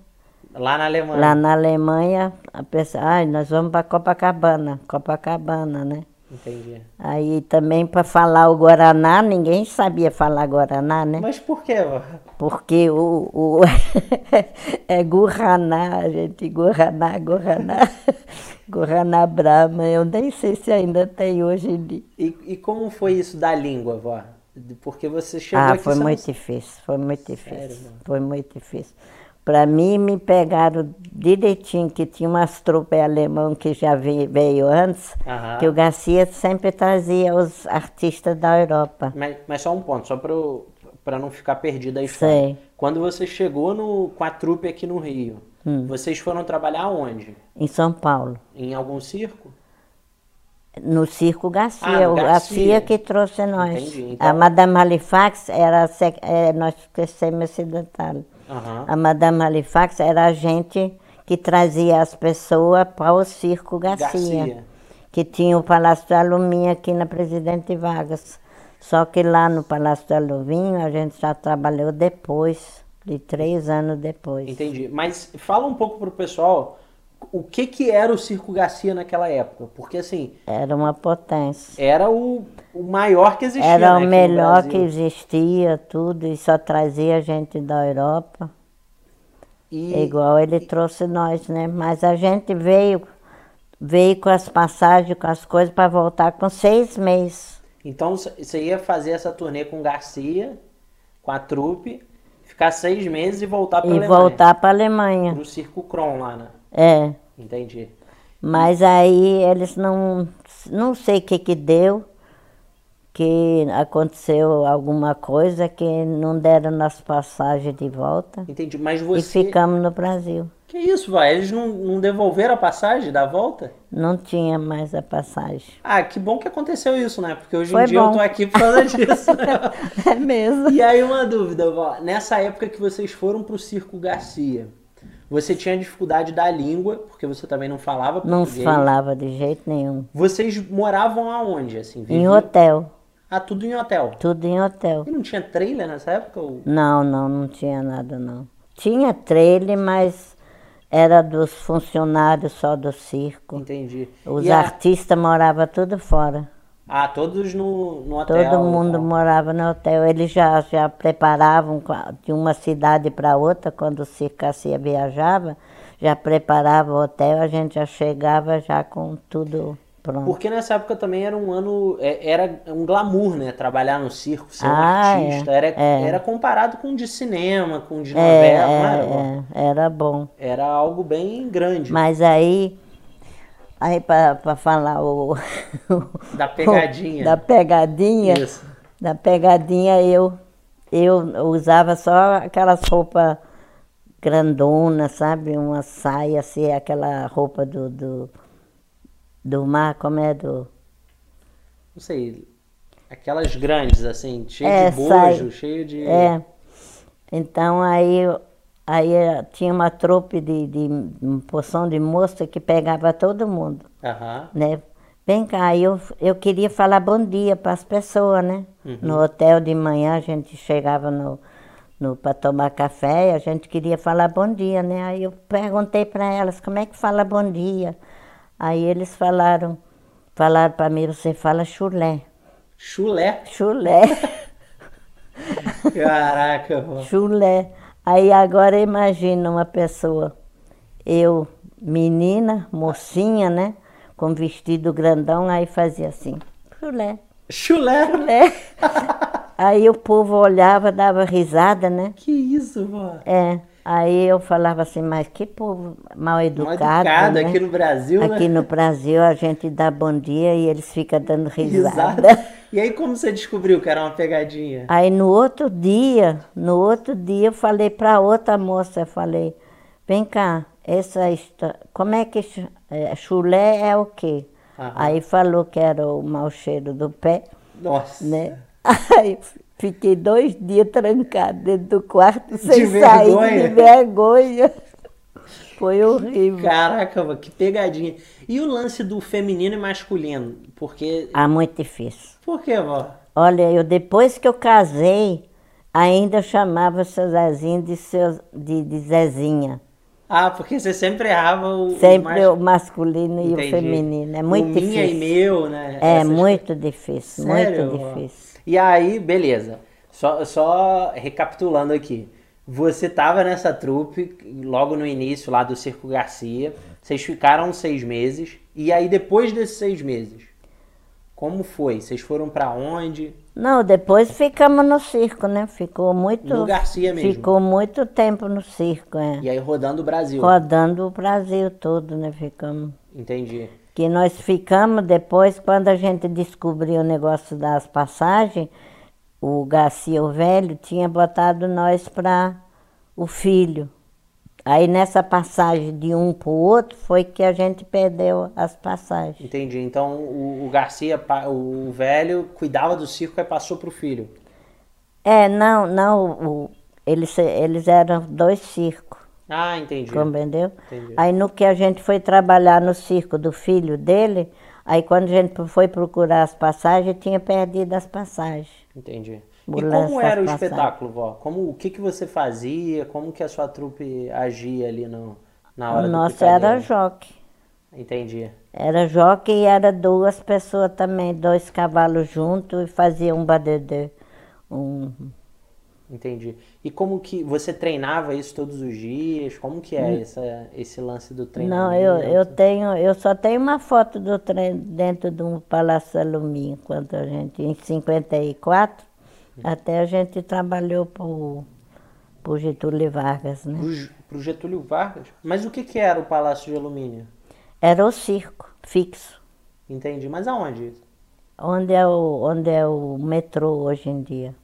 S1: lá na Alemanha.
S2: Lá na Alemanha, a pessoa, ai, nós vamos para Copacabana, Copacabana, né?
S1: Entendi.
S2: Aí também para falar o Guaraná, ninguém sabia falar Guaraná, né?
S1: Mas por quê, Val?
S2: Porque o, o é Guaraná, gente, Guaraná, Guaraná, Guaraná Brahma, eu nem sei se ainda tem hoje em dia.
S1: E, e como foi isso da língua, vó? Porque você chegou
S2: Ah,
S1: aqui
S2: foi
S1: você não-
S2: muito difícil, foi muito difícil,
S1: mano?
S2: foi muito difícil. Para mim, me pegaram direitinho, que tinha umas tropas alemãs que já vi- veio antes,
S1: Aham.
S2: que o Garcia sempre trazia os artistas da Europa.
S1: Mas, mas só um ponto, só pra, eu- pra não ficar perdida a história.
S2: Sei.
S1: Quando você chegou no, com a trupe aqui no Rio,
S2: Hum.
S1: vocês foram trabalhar onde?
S2: Em São Paulo,
S1: Em algum circo?
S2: no Circo
S1: Ah,
S2: Garcia,
S1: no
S2: o
S1: Garcia.
S2: Garcia que trouxe nós.
S1: Entendi,
S2: A
S1: então-
S2: Madame Halifax era, a sec- eh, nós esquecemos esse detalhe.
S1: Aham.
S2: A Madame Halifax era a gente que trazia as pessoas para o Circo Garcia,
S1: Garcia.
S2: que tinha o Palácio da Luminha aqui na Presidente Vargas. Só que lá no Palácio da Luminha a gente já trabalhou depois, de três anos depois.
S1: Entendi. Mas fala um pouco pro pessoal o que que era o Circo Garcia naquela época. Porque assim,
S2: Era uma potência.
S1: era o, o maior que existia,
S2: Era
S1: né,
S2: o
S1: aqui no
S2: melhor que
S1: Brasil.
S2: existia, tudo, e só trazia gente da Europa.
S1: E,
S2: É Igual ele trouxe nós, né? Mas a gente veio, veio com as passagens, com as coisas, para voltar com seis meses.
S1: Então c- você ia fazer essa turnê com o Garcia, com a trupe, ficar seis meses e voltar pra
S2: e
S1: Alemanha.
S2: voltar para Alemanha.
S1: Pro Circo Kron lá, né?
S2: É.
S1: Entendi.
S2: Mas aí eles não. Não sei o que que deu, que aconteceu alguma coisa que não deram nas passagens de volta.
S1: Entendi. Mas
S2: E
S1: você.
S2: ficamos no Brasil.
S1: Que isso, vai? Eles não, não devolveram a passagem da volta?
S2: Não tinha mais a passagem.
S1: Ah, que bom que aconteceu isso, né? Porque hoje em
S2: Foi
S1: dia eu
S2: bom.
S1: tô aqui por causa disso.
S2: É mesmo?
S1: E aí uma dúvida, vó. Nessa época que vocês foram pro Circo Garcia, você tinha dificuldade da língua, porque você também não falava
S2: Não se
S1: português.
S2: falava de jeito nenhum.
S1: Vocês moravam aonde, assim?
S2: Em
S1: viviam?
S2: hotel.
S1: Ah, tudo em hotel.
S2: Tudo em hotel.
S1: E não tinha trailer nessa época? ou-
S2: Não, não, não tinha nada não. Tinha trailer, mas era dos funcionários só do circo.
S1: Entendi.
S2: Os
S1: E a-
S2: artistas moravam tudo fora.
S1: Ah, todos no, no
S2: Todo
S1: hotel. então. né? e
S2: mundo
S1: tal.
S2: morava no hotel. Eles já, já preparavam qua- de uma cidade para outra, quando o circo Cassia viajava, já preparava o hotel, a gente já chegava já com tudo pronto.
S1: Porque nessa época também era um ano, é- era um glamour, né? Trabalhar no circo, ser um
S2: Ah, é.
S1: artista. Era,
S2: É.
S1: era comparado com de cinema, com de
S2: É,
S1: novela, não era? vó?
S2: é, é, era bom.
S1: Era algo bem grande.
S2: Mas aí, aí para falar o,
S1: Da pegadinha.
S2: da pegadinha,
S1: Isso.
S2: da pegadinha eu eu usava só aquelas roupas grandonas, sabe, uma saia assim, aquela roupa do do, do mar, como é do
S1: Não sei, aquelas grandes, assim, cheio
S2: É,
S1: de
S2: sai-
S1: bojo, cheio de.
S2: É. Então aí, aí eh, tinha uma trupe de, de uma porção de moça que pegava todo mundo.
S1: Aham.
S2: né? Vem cá, eu, eu queria falar bom dia para as pessoas, né? No hotel de manhã a gente chegava no, no para tomar café e a gente queria falar bom dia, né? Aí eu perguntei para elas como é que fala bom dia. Aí eles falaram, falaram para mim, você fala chulé.
S1: Chulé.
S2: Chulé,
S1: Caraca, vó.
S2: chulé. Aí agora imagina uma pessoa, eu, menina, mocinha, né? Com vestido grandão, aí fazia assim, chulé.
S1: Chulé.
S2: né? Aí o povo olhava, dava risada, né?
S1: Que isso, vó.
S2: É. Aí eu falava assim, mas que povo mal
S1: Mal
S2: educado.
S1: educado
S2: né?
S1: aqui no Brasil, né?
S2: Aqui no Brasil a gente dá bom dia e eles ficam dando risada.
S1: E aí, como você descobriu que era uma pegadinha?
S2: Aí no outro dia, no outro dia eu falei para outra moça, eu falei, vem cá, essa histó- como é que ch- É, chulé é o quê?
S1: Aham.
S2: Aí falou que era o mau cheiro do pé,
S1: Nossa.
S2: né? Aí fiquei dois dias trancada dentro do quarto sem sair
S1: vergonha?
S2: de vergonha. Foi horrível.
S1: Caraca, mano, que pegadinha. E o lance do feminino e masculino? Porque.
S2: Ah, muito difícil.
S1: Por quê, vó?
S2: Olha, eu depois que eu casei, ainda chamava seu Zezinho de, seu, de, de Zezinha.
S1: Ah, porque você sempre errava o. o
S2: Sempre
S1: mas-
S2: o masculino e
S1: Entendi.
S2: o feminino. É muito
S1: o
S2: difícil.
S1: Minha e meu, né?
S2: É
S1: Essas-
S2: muito difícil,
S1: Sério,
S2: muito
S1: vó?
S2: é difícil.
S1: E aí, beleza. Só, só recapitulando aqui. Você tava nessa trupe logo no início lá do Circo Garcia. Vocês ficaram seis meses. E aí, depois desses seis meses, como foi? Vocês foram pra onde?
S2: Não, depois ficamos no circo, né? Ficou muito.
S1: No Garcia mesmo.
S2: Ficou muito tempo no circo, é.
S1: E aí, rodando o Brasil.
S2: Rodando o Brasil todo, né? Ficamos.
S1: Entendi.
S2: Que nós ficamos depois, quando a gente descobriu o negócio das passagens, o Garcia o Velho tinha botado nós para o filho. Aí nessa passagem de um para o outro foi que a gente perdeu as passagens.
S1: Entendi. Então, o, o Garcia, pa- o velho, cuidava do circo e passou pro filho.
S2: É, não, não, o- eles, eles eram dois circos.
S1: Ah, entendi.
S2: Compreendeu?
S1: Entendi.
S2: Aí no que a gente foi trabalhar no circo do filho dele, aí quando a gente foi procurar as passagens, tinha perdido as passagens.
S1: Entendi. E
S2: Mudança
S1: como era o
S2: passada.
S1: espetáculo, vó? Como, o que que você fazia? Como que a sua trupe agia ali no, na hora
S2: o
S1: do
S2: nosso era
S1: picadeiro?
S2: joque.
S1: Entendi.
S2: Era joque e era duas pessoas também, dois cavalos juntos e fazia um badedê. Um...
S1: Entendi. E como que você treinava isso todos os dias? Como que é essa, esse lance do
S2: Hum. Não, eu,
S1: treinamento?
S2: eu tenho, eu só tenho uma foto do trem dentro do Palácio Alumínio, quando a gente, em 54,
S1: Hum.
S2: até a gente trabalhou pro, pro Getúlio Vargas, né?
S1: Pro, Ge- pro Getúlio Vargas? Mas o que que era o Palácio de Alumínio?
S2: Era o circo fixo,
S1: Entendi. Mas aonde isso?
S2: onde é o, onde é o metrô hoje em dia,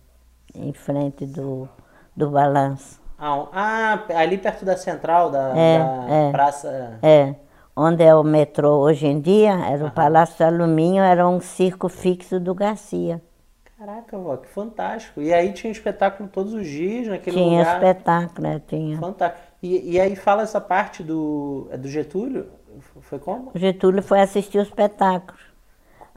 S2: em frente do, do balanço.
S1: Ah, um- ah, ali perto da central, da,
S2: É,
S1: da
S2: é.
S1: praça.
S2: É, onde é o metrô hoje em dia, era o Palácio Alumínio, era um circo fixo do Garcia.
S1: Caraca, vó, que fantástico. E aí tinha espetáculo todos os dias naquele
S2: Tinha
S1: lugar.
S2: espetáculo, né? Tinha.
S1: Fantástico. E, e aí fala essa parte do, é do Getúlio? F- Foi como?
S2: O Getúlio foi assistir o espetáculo.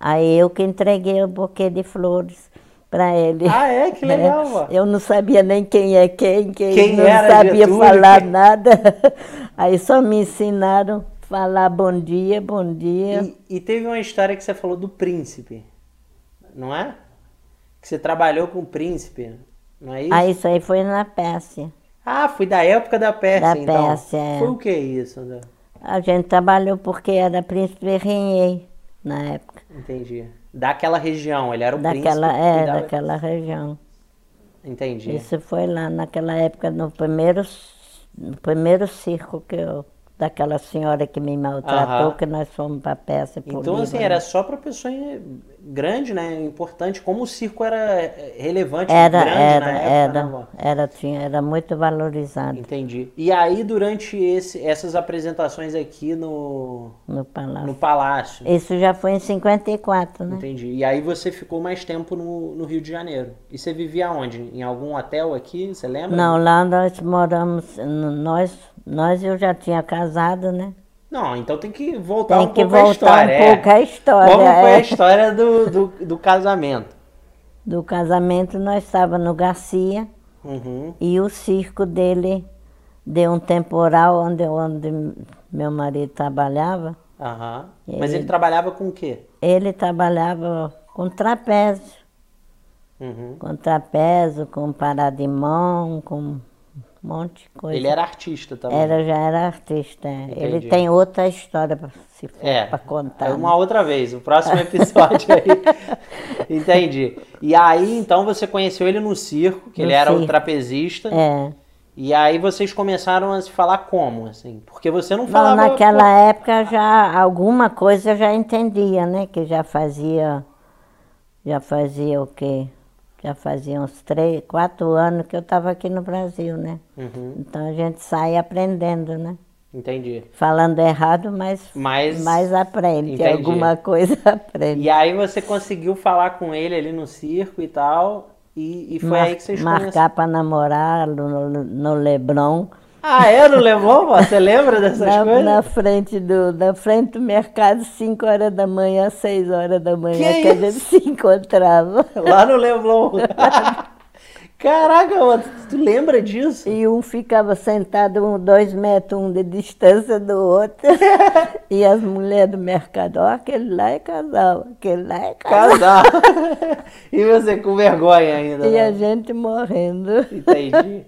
S2: Aí eu que entreguei o buquê de flores para ele.
S1: Ah, é? Que legal,
S2: É,
S1: vó.
S2: Eu não sabia nem quem é quem, quem,
S1: Quem
S2: não
S1: era
S2: sabia
S1: Getúlio,
S2: falar
S1: quem-
S2: nada. Aí só me ensinaram a falar bom dia, bom dia.
S1: E, e teve uma história que você falou do príncipe, não é? Que você trabalhou com o príncipe, não é isso?
S2: Aí isso aí foi na peça.
S1: Ah, foi da época da Pérsia,
S2: Da
S1: então.
S2: Pérsia, é.
S1: Foi o que isso, André?
S2: A gente trabalhou porque era príncipe Renhei na época.
S1: Entendi. Daquela região, ele era o príncipe.
S2: Daquela,
S1: que
S2: é,
S1: cuidava-
S2: daquela região.
S1: Entendi.
S2: Isso foi lá naquela época, no primeiro, no primeiro circo que eu, daquela senhora que me maltratou,
S1: Aham.
S2: que nós fomos para peça por né?
S1: Então, assim,
S2: Líbano.
S1: era só para pessoa grande, né? Importante, como o circo era é, relevante,
S2: era,
S1: grande
S2: era,
S1: na época,
S2: era,
S1: né, vó?
S2: era, tinha, era muito valorizado
S1: Entendi. E aí, durante esse- essas apresentações aqui no,
S2: no palácio.
S1: no Palácio,
S2: Isso já foi em 54, né?
S1: entendi. E aí você ficou mais tempo no, no Rio de Janeiro. E você vivia onde? Em algum hotel aqui? Você lembra?
S2: Não, lá nós moramos, n- nós, nós eu já tinha casado, né?
S1: Não, então tem que voltar
S2: Tem
S1: um
S2: que
S1: pouco à
S2: voltar
S1: história.
S2: um
S1: é.
S2: pouco a história.
S1: Como foi a
S2: é.
S1: história do, do, do casamento?
S2: Do casamento nós estávamos no Garcia.
S1: Uhum.
S2: E o circo dele deu um temporal onde, onde meu marido trabalhava.
S1: Aham.
S2: E
S1: Mas
S2: aí-
S1: ele trabalhava com o quê?
S2: Ele trabalhava com trapézio,
S1: Uhum.
S2: com trapézio, com paradimão, com um monte de coisa.
S1: Ele era artista também.
S2: Era- já era artista. é.
S1: Entendi.
S2: Ele tem outra história para se for
S1: É,
S2: pra contar. né?
S1: é uma outra vez, o próximo episódio aí. Entendi. E aí, então, você conheceu ele no circo, que
S2: No
S1: ele era o
S2: circo.
S1: trapezista.
S2: né? É.
S1: E aí vocês começaram a se falar como, assim? Porque você não
S2: Não,
S1: falava... um
S2: naquela época já alguma coisa eu já entendia, né? Que já fazia, já fazia o quê? Já fazia uns três, quatro anos que eu estava aqui no Brasil, né?
S1: Uhum.
S2: Então a gente sai aprendendo, né?
S1: Entendi.
S2: Falando errado, mas,
S1: Mas-
S2: mas aprende.
S1: Entendi.
S2: Alguma coisa aprende.
S1: E aí você conseguiu falar com ele ali no circo e tal, e, e foi aí que vocês
S2: Marcar para namorar no, no- no Leblon.
S1: Ah, é? Não levou? vó? Você lembra dessas
S2: Na,
S1: coisas?
S2: na frente do, na frente do mercado, 5 horas da manhã, 6 horas da manhã,
S1: Que
S2: que, a gente se encontrava.
S1: Lá no Leblon. Caraca, mano, tu lembra disso?
S2: E um ficava sentado um, dois metros um de distância do outro. e as mulheres do mercado, ó, aquele lá é casal, aquele lá é casal.
S1: Casal. e você com vergonha ainda.
S2: E a
S1: né?
S2: gente morrendo.
S1: Entendi.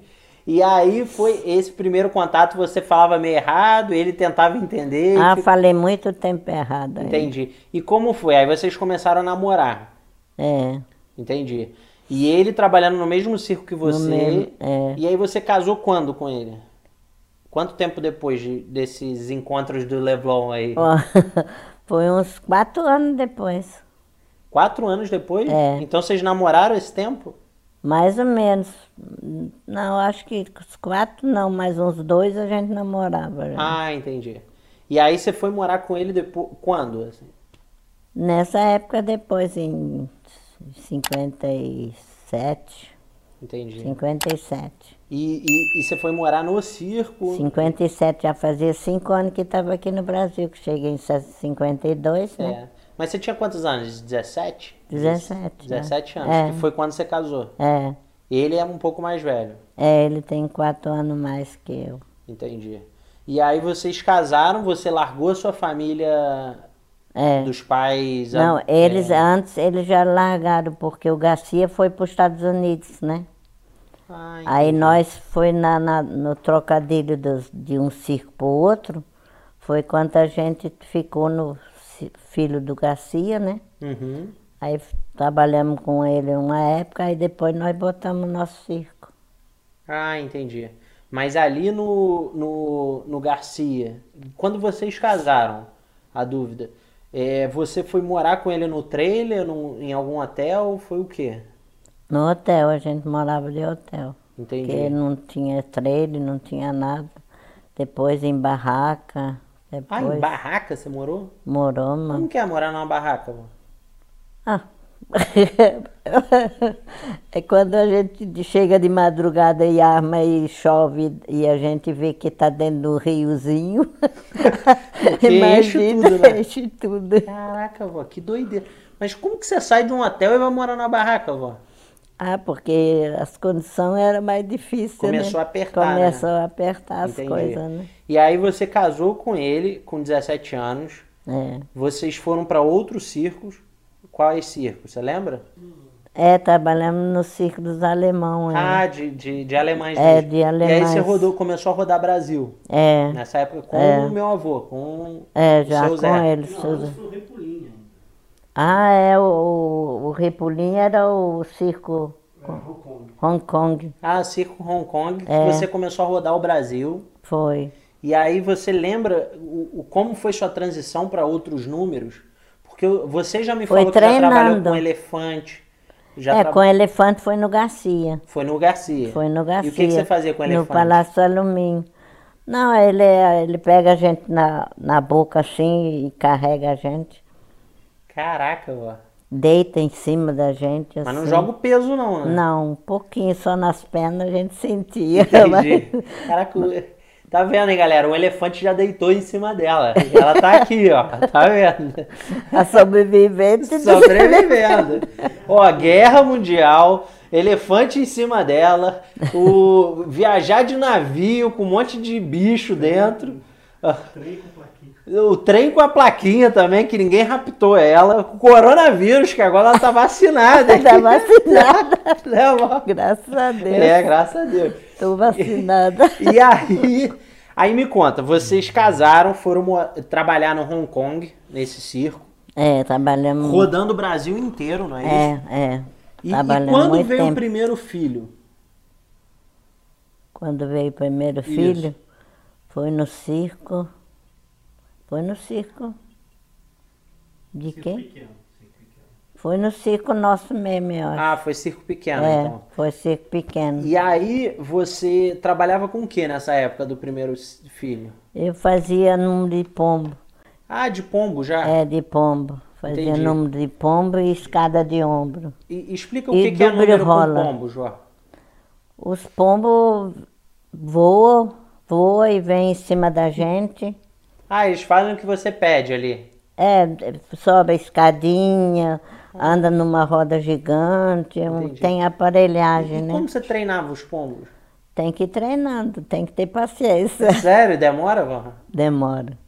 S1: E aí foi esse primeiro contato, você falava meio errado, ele tentava entender.
S2: Ah,
S1: fi-
S2: falei muito tempo errado. aí.
S1: Entendi. E como foi? Aí vocês começaram a namorar.
S2: É.
S1: Entendi. E ele trabalhando no mesmo circo que você.
S2: mesmo, é.
S1: E aí você casou quando com ele? Quanto tempo depois de- desses encontros do Leblon aí?
S2: Ó, foi uns quatro anos depois.
S1: Quatro anos depois?
S2: É.
S1: Então vocês namoraram esse tempo?
S2: Mais ou menos. Não, acho que os quatro não, mas uns dois a gente namorava. já.
S1: Ah, entendi. E aí você foi morar com ele depois. Quando? assim?
S2: Nessa época, depois, em 57.
S1: Entendi.
S2: 57.
S1: E, e, e você foi morar no circo?
S2: 57, já fazia cinco anos que estava aqui no Brasil, que cheguei em 52, né?
S1: É. Mas você tinha quantos anos? 17?
S2: 17, né?
S1: 17 anos,
S2: É.
S1: que foi quando você casou.
S2: É.
S1: Ele é um pouco mais velho,
S2: É, ele tem quatro anos mais que eu.
S1: entendi. E aí vocês casaram, você largou a sua família
S2: É.
S1: dos pais. a-
S2: Não, eles
S1: é.
S2: antes eles já largaram, porque o Garcia foi para os Estados Unidos, né?
S1: Ah,
S2: Aí nós foi na, na- no trocadilho dos- de um circo para o outro, foi quando a gente ficou no ci- filho do Garcia, né?
S1: uhum.
S2: Aí f- trabalhamos com ele uma época, aí depois nós botamos o nosso circo.
S1: Ah, entendi. Mas ali no, no, no Garcia, quando vocês casaram, a dúvida, é, você foi morar com ele no trailer, num- em algum hotel? Foi o quê?
S2: No hotel, a gente morava de hotel. Porque
S1: Entendi.
S2: não tinha trailer, não tinha nada. Depois em barraca,
S1: Ah,
S2: depois
S1: em barraca você morou?
S2: morou, mano.
S1: Como que é morar numa barraca? Vô?
S2: Ah. É quando a gente chega de madrugada e arma e chove e a gente vê que tá dentro do riozinho.
S1: enche tudo, né?
S2: enche tudo.
S1: Caraca, vó, que doideira. Mas como que você sai de um hotel e vai morar numa barraca, vó?
S2: Ah, porque as condições eram mais difíceis,
S1: Começou a
S2: né?
S1: apertar, né?
S2: Começou a apertar as
S1: Entendi.
S2: coisas, né?
S1: E aí você casou com ele com 17 anos.
S2: É.
S1: Vocês foram para outros circos. Quais circos? Você lembra?
S2: É, trabalhamos no circo dos alemão, né?
S1: Ah, de, de, de alemães
S2: É,
S1: mesmo.
S2: de
S1: E aí
S2: alemães.
S1: você rodou, começou a rodar Brasil.
S2: É,
S1: Nessa época com
S2: É.
S1: o meu avô, com
S2: é,
S1: o
S2: já
S1: seu
S2: com
S1: Zé.
S2: eles. tudo.
S3: Isso foi o Repulinha. né?
S2: Ah, é, o, o, o Repulim era o circo
S3: Era É, Hong
S2: Hong Kong,
S1: Ah, circo Hong Kong. que
S2: É.
S1: Você começou a rodar o Brasil.
S2: foi.
S1: E aí você lembra o, o- como foi sua transição para outros números? Porque eu- você já me
S2: Foi
S1: falou que já trabalhou
S2: treinando.
S1: com elefante. Já
S2: é,
S1: tra-
S2: com elefante foi no Garcia.
S1: Foi no Garcia.
S2: Foi no Garcia.
S1: E o que, que você fazia com
S2: No
S1: elefante?
S2: Palácio Alumínio. Não, ele, é- ele pega a gente na, na boca assim e carrega a gente,
S1: Caraca, ó.
S2: deita em cima da gente.
S1: Mas não
S2: assim.
S1: joga o peso, não, né?
S2: Não, um pouquinho só nas pernas a gente sentia.
S1: Entendi. Caraca, o- tá vendo, hein, galera? O elefante já deitou em cima dela. Ela tá aqui, ó. Tá vendo?
S2: mas a sobrevivente. do-
S1: Sobrevivendo. Ó, guerra mundial, elefante em cima dela, o viajar de navio com um monte de bicho dentro. ó,
S3: Trem com plaquinha.
S1: O trem com a plaquinha também, que ninguém raptou ela. O coronavírus, que agora ela tá vacinada.
S2: Tá vacinada.
S1: Né, mó?
S2: Graças a Deus.
S1: É, graças a Deus.
S2: Tô vacinada.
S1: E aí, aí me conta, vocês casaram, foram mo- trabalhar no Hong Kong, nesse circo,
S2: É, trabalhamos.
S1: rodando o Brasil inteiro, não é isso?
S2: É, é.
S1: E, e
S2: Trabalhamos
S1: quando
S2: muito
S1: veio o
S2: tempo.
S1: primeiro filho?
S2: Quando veio o primeiro filho, foi no circo. Foi no circo. De
S3: Circo
S2: quem?
S3: pequeno, circo pequeno.
S2: Foi no circo nosso mesmo, eu acho.
S1: Ah, foi circo pequeno,
S2: é,
S1: então.
S2: foi circo pequeno.
S1: E aí, você trabalhava com o que nessa época do primeiro s- filho?
S2: Eu fazia número de pombo.
S1: Ah, de pombo já?
S2: É, de pombo. Fazia
S1: Entendi.
S2: número de pombo e escada de ombro.
S1: E, explica o
S2: E
S1: que, que é
S2: dobro
S1: número com
S2: rola.
S1: pombo, João.
S2: Os pombos voam, voam e vêm em cima da gente.
S1: Ah, eles fazem o que você pede ali.
S2: É, sobe a escadinha, anda numa roda gigante, um-
S1: Entendi.
S2: tem aparelhagem,
S1: E
S2: né?
S1: como você treinava os pombos?
S2: Tem que ir treinando, tem que ter paciência.
S1: Sério, demora, Van?
S2: Demora.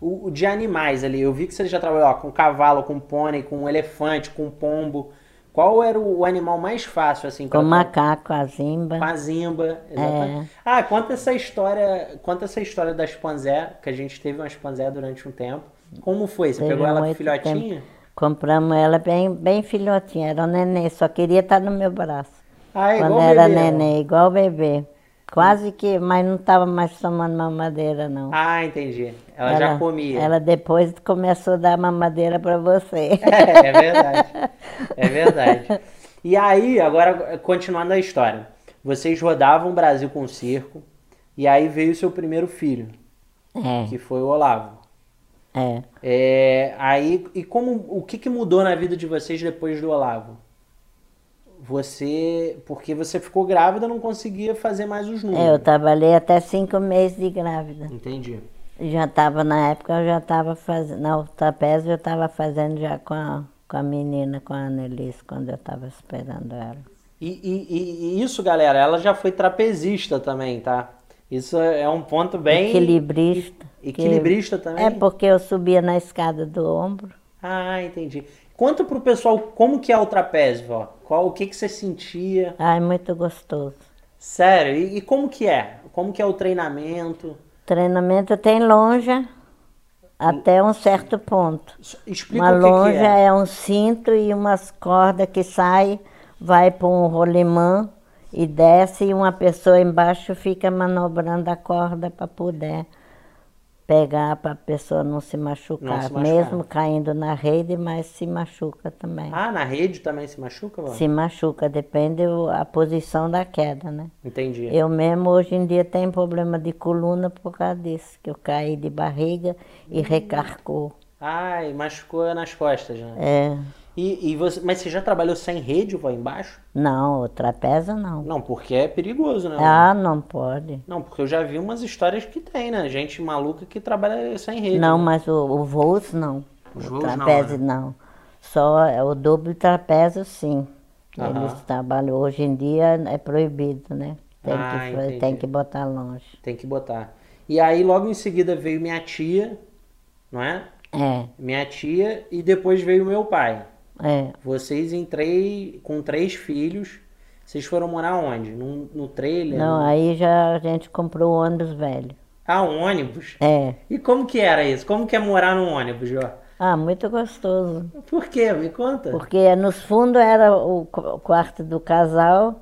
S1: O, o de animais ali, eu vi que você já trabalhou ó, com cavalo, com pônei, com elefante, com pombo. Qual era o, o animal mais fácil, assim? pra
S2: Com É.
S1: tra-
S2: macaco, a zimba.
S1: Com a zimba, exatamente. Ah, conta essa história, conta essa história das panzé, que a gente teve umas panzé durante um tempo. Como foi? Você
S2: Teve
S1: pegou ela
S2: muito
S1: filhotinha?
S2: tempo. Compramos ela bem, bem filhotinha, era um neném, só queria estar no meu braço.
S1: Ah, é igual
S2: Quando era
S1: bebê, Hum. né?
S2: neném, igual bebê. Quase que, mas não estava mais tomando mamadeira, não.
S1: Ah, entendi. Ela, já comia.
S2: Ela depois começou a dar mamadeira para você.
S1: É, é verdade. É verdade. E aí, agora, continuando a história. Vocês rodavam o Brasil com o circo, e aí veio o seu primeiro filho, que foi o Olavo.
S2: É, é.
S1: É, aí, e como, o que, que mudou na vida de vocês depois do Olavo? Você, porque você ficou grávida, não conseguia fazer mais os
S2: É, eu
S1: números.
S2: trabalhei até cinco meses de grávida.
S1: Entendi.
S2: Já estava, na época, eu já estava fazendo, na trapézio eu estava fazendo já com a, com a menina, com a Annelise, quando eu estava esperando ela.
S1: E, e- e- e isso, galera, ela já foi trapezista também, tá? Isso é um ponto bem
S2: Equilibrista.
S1: equilibrista também.
S2: É porque eu subia na escada do ombro.
S1: Ah, entendi. Conta pro pessoal como que é o trapézio, vó. Qual, o que que você sentia?
S2: Ai, muito gostoso.
S1: Sério, e, e como que é? Como que é o treinamento?
S2: Treinamento tem lonja até um certo ponto.
S1: S-
S2: Uma
S1: Explica o que que
S2: lonja
S1: é.
S2: é. um cinto e umas cordas que sai, vai para um rolimã e desce e uma pessoa embaixo fica manobrando a corda para poder pegar para a pessoa não se machucar,
S1: machucar.
S2: mesmo caindo na rede, mas se machuca também.
S1: Ah, tá. na rede também se machuca, vó?
S2: Se machuca, depende o- a posição da queda, né?
S1: Entendi.
S2: Eu mesmo hoje em dia tenho problema de coluna por causa disso, que eu caí de barriga e
S1: Hum.
S2: recarcou.
S1: Ai, machucou nas costas, né?
S2: É,
S1: E, e você, mas você já trabalhou sem rede, vó, embaixo?
S2: não, o trapézio não.
S1: Não, porque é perigoso, né? vó?
S2: Ah, não pode.
S1: Não, porque eu já vi umas histórias que tem, né? Gente maluca que trabalha sem rede.
S2: Não,
S1: né?
S2: mas o, o vôos não.
S1: Os
S2: O
S1: voos não, né?
S2: trapézio não. Só é o dobro trapézio sim.
S1: Aham.
S2: Eles trabalham. Hoje em dia é proibido, né? Tem,
S1: Ah,
S2: que, fa- tem
S1: entendi.
S2: que botar longe.
S1: Tem que botar. E aí, logo em seguida, veio minha tia, não é?
S2: É,
S1: Minha tia e depois veio meu pai.
S2: é.
S1: Vocês em três, com três filhos, vocês foram morar onde? Num- No, trailer?
S2: Não,
S1: No-
S2: aí já a gente comprou o ônibus velho.
S1: Ah, um ônibus?
S2: É.
S1: E como que era isso? Como que é morar num ônibus, Jó?
S2: Ah, muito gostoso.
S1: Por quê? Me conta.
S2: Porque nos fundos era o qu- quarto do casal,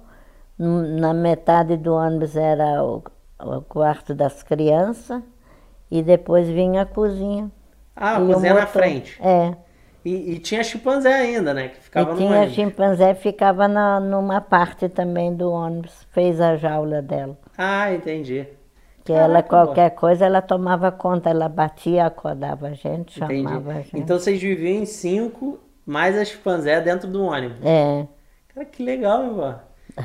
S2: n- na metade do ônibus era o, o quarto das crianças e depois vinha a cozinha.
S1: Ah,
S2: E o
S1: cozinha na
S2: motor.
S1: frente.
S2: É.
S1: E, e tinha chimpanzé ainda, né? Que ficava
S2: e
S1: no
S2: tinha
S1: ônibus.
S2: chimpanzé que ficava na- numa parte também do ônibus, fez a jaula dela.
S1: Ah, entendi.
S2: Que ela,
S1: Caraca,
S2: qualquer coisa, ela tomava conta, ela batia, acordava a gente,
S1: Entendi.
S2: chamava assim. a gente.
S1: Então vocês viviam em cinco, mais a chimpanzé dentro do ônibus.
S2: É,
S1: Cara, que legal, hein, vó?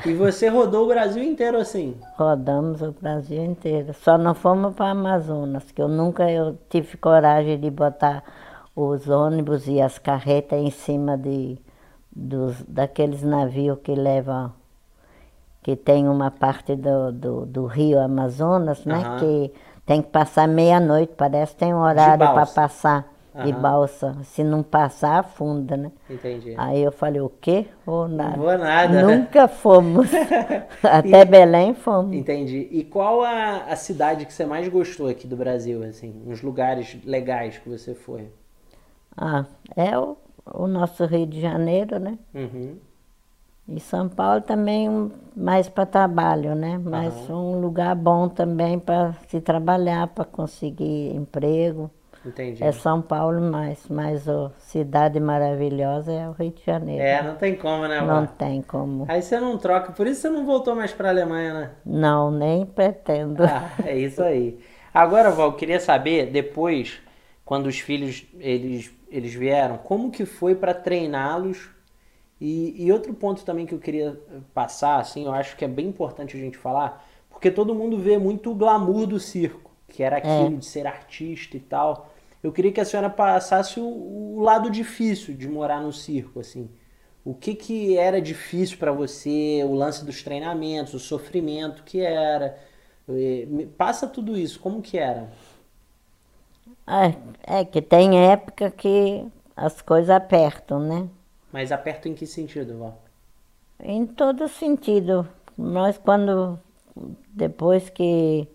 S1: E você rodou o Brasil inteiro assim?
S2: rodamos o Brasil inteiro. Só não fomos para Amazonas, que eu nunca eu tive coragem de botar os ônibus e as carretas em cima de, dos, daqueles navios que levam, que tem uma parte do, do, do rio Amazonas, né?
S1: Aham.
S2: Que tem que passar meia-noite, parece que tem um horário para
S1: balsa.
S2: passar de
S1: Aham.
S2: balsa. Se não passar, afunda, né?
S1: Entendi.
S2: Aí eu falei, o quê? Vou nada.
S1: vou nada, né?
S2: Nunca fomos. Até Belém fomos.
S1: Entendi. E qual a, a cidade que você mais gostou aqui do Brasil, assim? Uns lugares legais que você foi?
S2: Ah, é o, o nosso Rio de Janeiro, né?
S1: Uhum.
S2: E São Paulo também um- mais para trabalho, né? Mas um lugar bom também para se trabalhar, para conseguir emprego.
S1: Entendi.
S2: É São Paulo mais, mas a cidade maravilhosa é o Rio de Janeiro.
S1: É, não tem como, né,
S2: Não
S1: Vó?
S2: tem como.
S1: Aí você não troca, por isso você não voltou mais pra Alemanha, né?
S2: Não, nem pretendo.
S1: Ah, é isso aí. Agora, Val, eu queria saber, depois, quando os filhos eles, eles vieram, como que foi para treiná-los? E, e outro ponto também que eu queria passar, assim, eu acho que é bem importante a gente falar, porque todo mundo vê muito o glamour do circo, que era aquilo de ser artista e tal. Eu queria que a senhora passasse o, o lado difícil de morar no circo, assim. O que que era difícil para você, o lance dos treinamentos, o sofrimento que era, eh, me- passa tudo isso, como que era?
S2: É, é que tem época que as coisas apertam, né?
S1: Mas aperto em que sentido, vó?
S2: Em todo sentido. Nós, quando. Depois que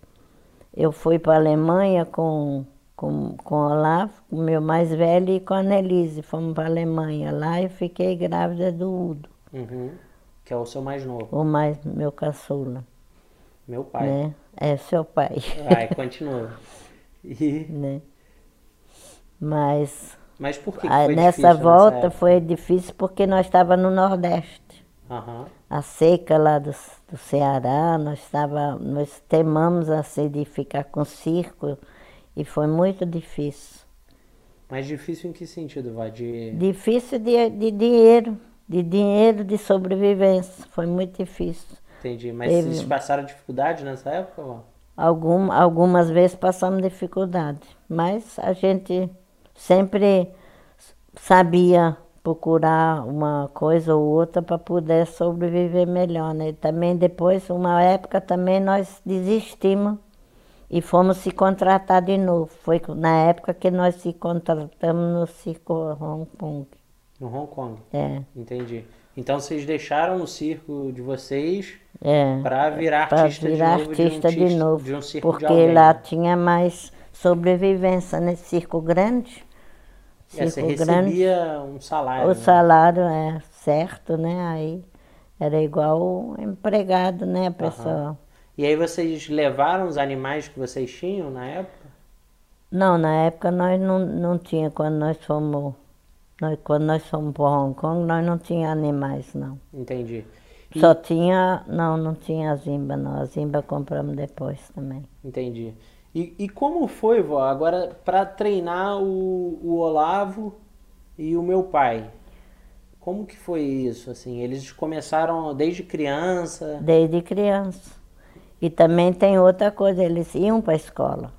S2: eu fui para a Alemanha com, com, com o Olaf, o meu mais velho, e com a Annelise, fomos para a Alemanha. Lá eu fiquei grávida do Udo,
S1: Uhum. Que é o seu mais novo,
S2: o mais meu caçula,
S1: meu pai.
S2: né? É seu pai,
S1: Vai, continua. E-
S2: né? Mas
S1: Mas por que que
S2: ah,
S1: foi difícil
S2: nessa
S1: nessa
S2: volta
S1: época?
S2: foi difícil porque nós estávamos no Nordeste.
S1: Aham,
S2: a seca lá do, do Ceará, nós, tava, nós temamos assim de ficar com circo e foi muito difícil.
S1: Mas difícil em que sentido, vó? De...
S2: Difícil de, de dinheiro, de dinheiro de sobrevivência, foi muito difícil.
S1: Entendi. Mas
S2: Teve-
S1: vocês passaram dificuldade nessa época, vó?
S2: Algum, algumas vezes passamos dificuldade, mas a gente sempre sabia procurar uma coisa ou outra para poder sobreviver melhor, né? E também depois, uma época também nós desistimos e fomos se contratar de novo. Foi na época que nós se contratamos no circo Hong Kong.
S1: No Hong Kong.
S2: É,
S1: Entendi. Então vocês deixaram o circo de vocês
S2: é.
S1: para virar
S2: Pra
S1: artista
S2: virar
S1: de novo
S2: artista
S1: de um, tis-
S2: de novo,
S1: de um circo
S2: porque
S1: de alguém.
S2: lá tinha mais sobrevivência nesse circo grande.
S1: É, você
S2: um Circo grande,
S1: recebia um salário.
S2: o
S1: né?
S2: salário é certo, né? Aí era igual o empregado, né, a pessoa.
S1: E aí vocês levaram os animais que vocês tinham na época?
S2: Não, na época nós não, não tinha quando nós fomos nós, quando nós fomos para Hong Kong, nós não tinha animais não.
S1: Entendi. E-
S2: Só tinha, não, não tinha a Zimba, não. A Zimba compramos depois também.
S1: Entendi. E, e como foi, vó, agora para treinar o, o Olavo e o meu pai? Como que foi isso? Assim, eles começaram desde criança.
S2: Desde criança. E também tem outra coisa, eles iam para a escola.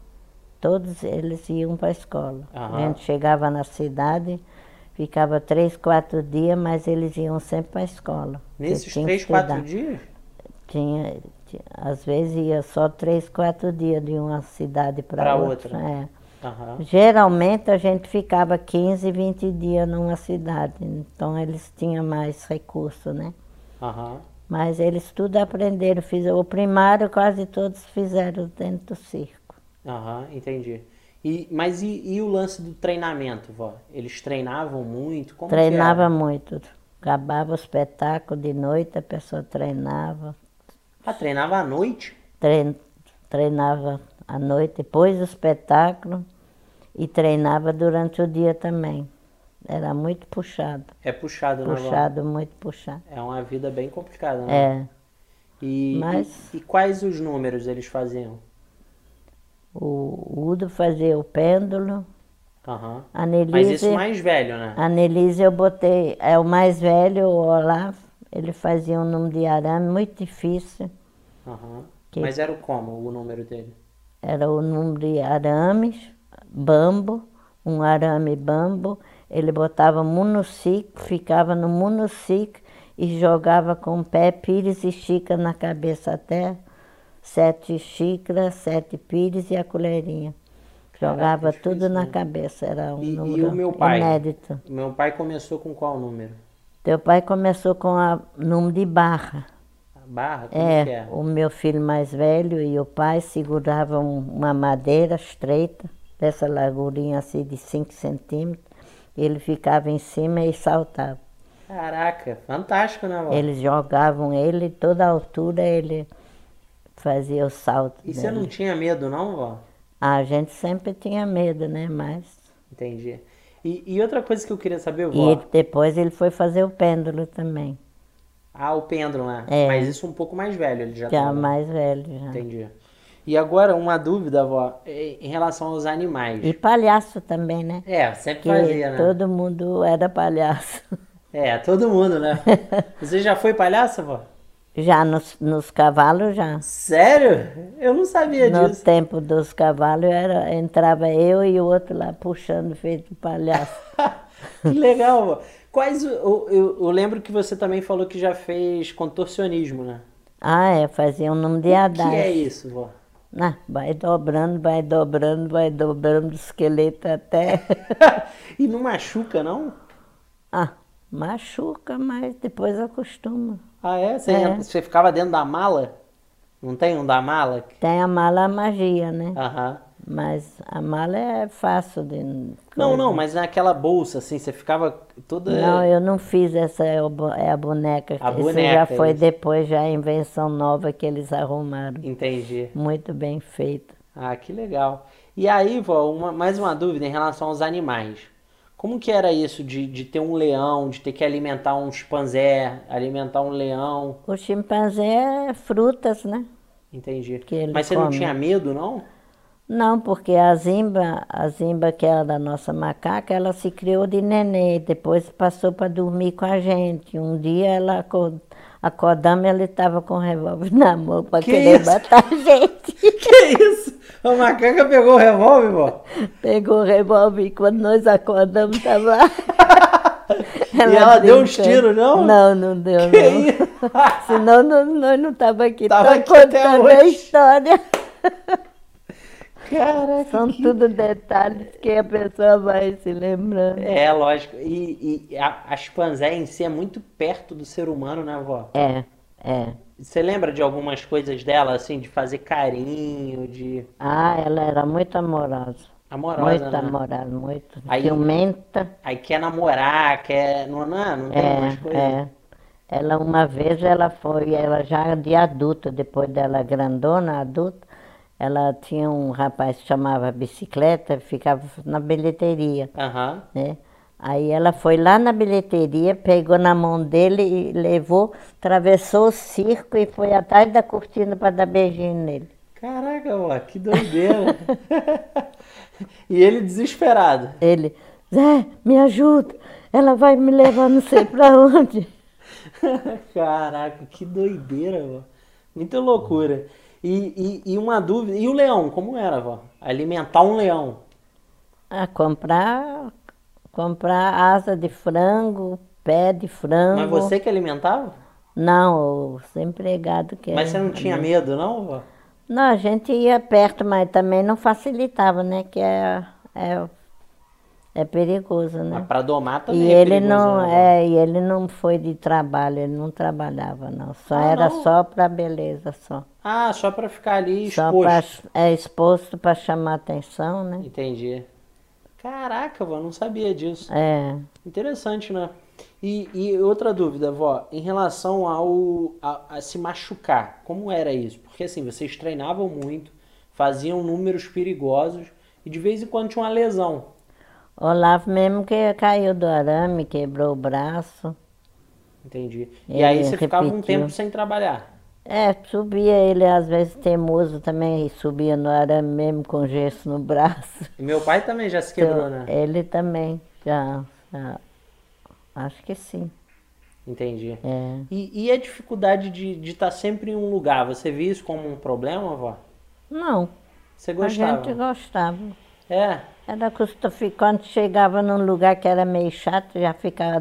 S2: Todos eles iam para a escola.
S1: Aham.
S2: A gente chegava na cidade, ficava três, quatro dias, mas eles iam sempre para a escola. porque
S1: Nesses
S2: tinha que
S1: três, quatro
S2: estudar.
S1: dias?
S2: Tinha, ti- às vezes ia só três, quatro dias de uma cidade
S1: Pra
S2: para outra.
S1: outra.
S2: é.
S1: Aham.
S2: Geralmente a gente ficava 15, 20 dias numa cidade, então eles tinham mais recurso, né?
S1: Aham.
S2: Mas eles tudo aprenderam, fiz, o primário quase todos fizeram dentro do circo.
S1: Aham, entendi. E, mas e, e o lance do treinamento, vó? Eles treinavam muito? Como que era?
S2: treinava muito, acabava o espetáculo de noite, a pessoa treinava,
S1: Ah, treinava à noite?
S2: trein- treinava à noite, depois do espetáculo e treinava durante o dia também. Era muito puxado,
S1: É puxado, né, vó?
S2: puxado, muito puxado.
S1: É uma vida bem complicada, né?
S2: É,
S1: E,
S2: Mas-
S1: e, e quais os números eles faziam?
S2: o Udo fazia o pêndulo,
S1: Aham.
S2: a
S1: Mas isso
S2: Nelise-
S1: mais velho, né?
S2: A Nelise eu botei, é o mais velho, o Olaf, ele fazia um número de arame muito difícil.
S1: Aham.
S2: Ah, Que-
S1: Mas era o como o número dele?
S2: Era o número de arames, bambo, um arame bambo. Ele botava municico, ficava no municico e jogava com o pé pires e xícara na cabeça até sete xícaras, sete pires e a colherinha.
S1: Caraca,
S2: Jogava
S1: difícil,
S2: tudo na
S1: né?
S2: cabeça, era um
S1: E- e o
S2: número
S1: meu pai?
S2: inédito.
S1: Meu pai começou com qual número?
S2: Teu pai começou com o número de barra.
S1: A barra? Como que
S2: É,
S1: é?
S2: o meu filho mais velho e o pai seguravam uma madeira estreita, dessa largurinha assim de 5 centímetros. Ele ficava em cima e saltava.
S1: Caraca, fantástico, né, vó?
S2: Eles jogavam ele, toda a altura ele fazia o salto
S1: E você
S2: dele.
S1: não tinha medo, não, vó?
S2: A gente sempre tinha medo, né? Mas.
S1: Entendi. E, e outra coisa que eu queria saber,
S2: E
S1: vó.
S2: ele- depois ele foi fazer o pêndulo também.
S1: Ah, o pêndulo, né?
S2: É.
S1: Mas isso um pouco mais velho, ele já
S2: Já
S1: tava.
S2: mais velho já.
S1: Entendi. E agora, uma dúvida, vó, em em relação aos animais.
S2: E palhaço também, né?
S1: É, sempre
S2: Que
S1: fazia, né?
S2: todo mundo era palhaço.
S1: É, todo mundo, né? Você já foi palhaça, vó?
S2: Já nos, nos cavalos, já.
S1: Sério? Eu não sabia
S2: No
S1: disso.
S2: tempo dos cavalos, era, entrava eu e o outro lá puxando, feito palhaço.
S1: que legal, vó. Quais. o- o- Eu, eu lembro que você também falou que já fez contorcionismo, né?
S2: ah, é, fazia um nome de
S1: O que é
S2: Haddad.
S1: isso, vó?
S2: Ah, vai dobrando, vai dobrando, vai dobrando o esqueleto até.
S1: E não machuca, não?
S2: ah, machuca, mas depois acostuma.
S1: Ah, é? Você,
S2: É.
S1: entra- você ficava dentro da mala? Não tem um da mala?
S2: Tem a mala a magia, né?
S1: Aham.
S2: Mas a mala é fácil de.
S1: Não, não, mas naquela bolsa, assim, você ficava toda.
S2: Não, é. eu não fiz essa é o bo- é a boneca.
S1: A
S2: Isso já
S1: boneca,
S2: foi
S1: isso.
S2: depois, já a invenção nova que eles arrumaram.
S1: Entendi.
S2: Muito bem feito.
S1: Ah, que legal. E aí, vó, uma- mais uma dúvida em relação aos animais. Como que era isso de, de ter um leão, de ter que alimentar um chimpanzé, alimentar um leão?
S2: O chimpanzé é frutas, né?
S1: Entendi.
S2: Que ele
S1: Mas você não
S2: come.
S1: tinha medo, não?
S2: Não, porque a Zimba, a Zimba que era a nossa macaca, ela se criou de nenê, depois passou para dormir com a gente. Um dia ela acor- acordamos, ela estava com o revólver na mão para
S1: Que
S2: querer
S1: isso?
S2: matar a gente.
S1: Que é isso? A macaca pegou o revólver, vó?
S2: Pegou o revólver e quando nós acordamos estava lá.
S1: E ela deu uns
S2: brincando.
S1: tiros, não?
S2: Não, não deu
S1: Que
S2: não.
S1: isso?
S2: Senão não, nós não estava aqui.
S1: Tava
S2: Tava
S1: aqui até
S2: contando
S1: hoje.
S2: a história.
S1: Caraca.
S2: São tudo detalhes que a pessoa vai se lembrando.
S1: É, lógico. E, e a, a chimpanzé em si é muito perto do ser humano, né, vó?
S2: É, é.
S1: Você lembra de algumas coisas dela, assim, de fazer carinho, de
S2: Ah, ela era muito amorosa.
S1: amorosa,
S2: muito
S1: né?
S2: amorosa, muito.
S1: Aí-
S2: Ciumenta.
S1: Aí quer namorar, quer. Não, não, não tem umas
S2: É,
S1: coisas.
S2: é. Ela uma vez ela foi, ela já de adulta, depois dela grandona, adulta, ela tinha um rapaz que chamava bicicleta, ficava na bilheteria.
S1: Aham.
S2: né? Aí ela foi lá na bilheteria, pegou na mão dele e levou, atravessou o circo e foi atrás da cortina para dar beijinho nele.
S1: Caraca, ó, que doideira. E ele desesperado.
S2: Ele, Zé, me ajuda, ela vai me levar não sei para onde.
S1: Caraca, que doideira, vó. Muita loucura. E, e, e uma dúvida. E o leão, como era, vó? Alimentar um leão.
S2: A comprar, comprar asa de frango, pé de frango.
S1: Mas você que alimentava?
S2: Não, os empregados que
S1: Mas você não tinha medo, não, vó?
S2: É, Não, a gente ia perto, mas também não facilitava, né? Que é, é, é perigoso, né?
S1: Mas pra domar também
S2: E
S1: é
S2: ele
S1: perigoso,
S2: não,
S1: né, vó?
S2: é, e ele não foi de trabalho, ele não trabalhava, não. Só
S1: Ah,
S2: era
S1: não?
S2: só para beleza, só.
S1: Ah, só pra ficar ali
S2: Só
S1: exposto.
S2: pra- é exposto para chamar atenção, né?
S1: Entendi. Caraca, vó, não sabia disso.
S2: É.
S1: Interessante, né? E, e outra dúvida, vó, em relação ao a, a se machucar, como era isso? Porque assim, vocês treinavam muito, faziam números perigosos e de vez em quando tinha uma lesão.
S2: Olavo mesmo que caiu do arame, quebrou o braço.
S1: Entendi. E
S2: Ele
S1: aí você ficava um
S2: É, repetiu.
S1: tempo sem trabalhar.
S2: É, subia ele às vezes teimoso também, e subia no arame mesmo com gesso no braço.
S1: E meu pai também já se
S2: Então,
S1: quebrou, né?
S2: Ele também, já, já. Acho que sim.
S1: Entendi.
S2: É.
S1: E, e a dificuldade de estar de tá sempre em um lugar, você via isso como um problema, vó?
S2: Não,
S1: Você
S2: a gente
S1: gostava?
S2: gostava.
S1: É.
S2: Era custo- quando chegava num lugar que era meio chato, já ficava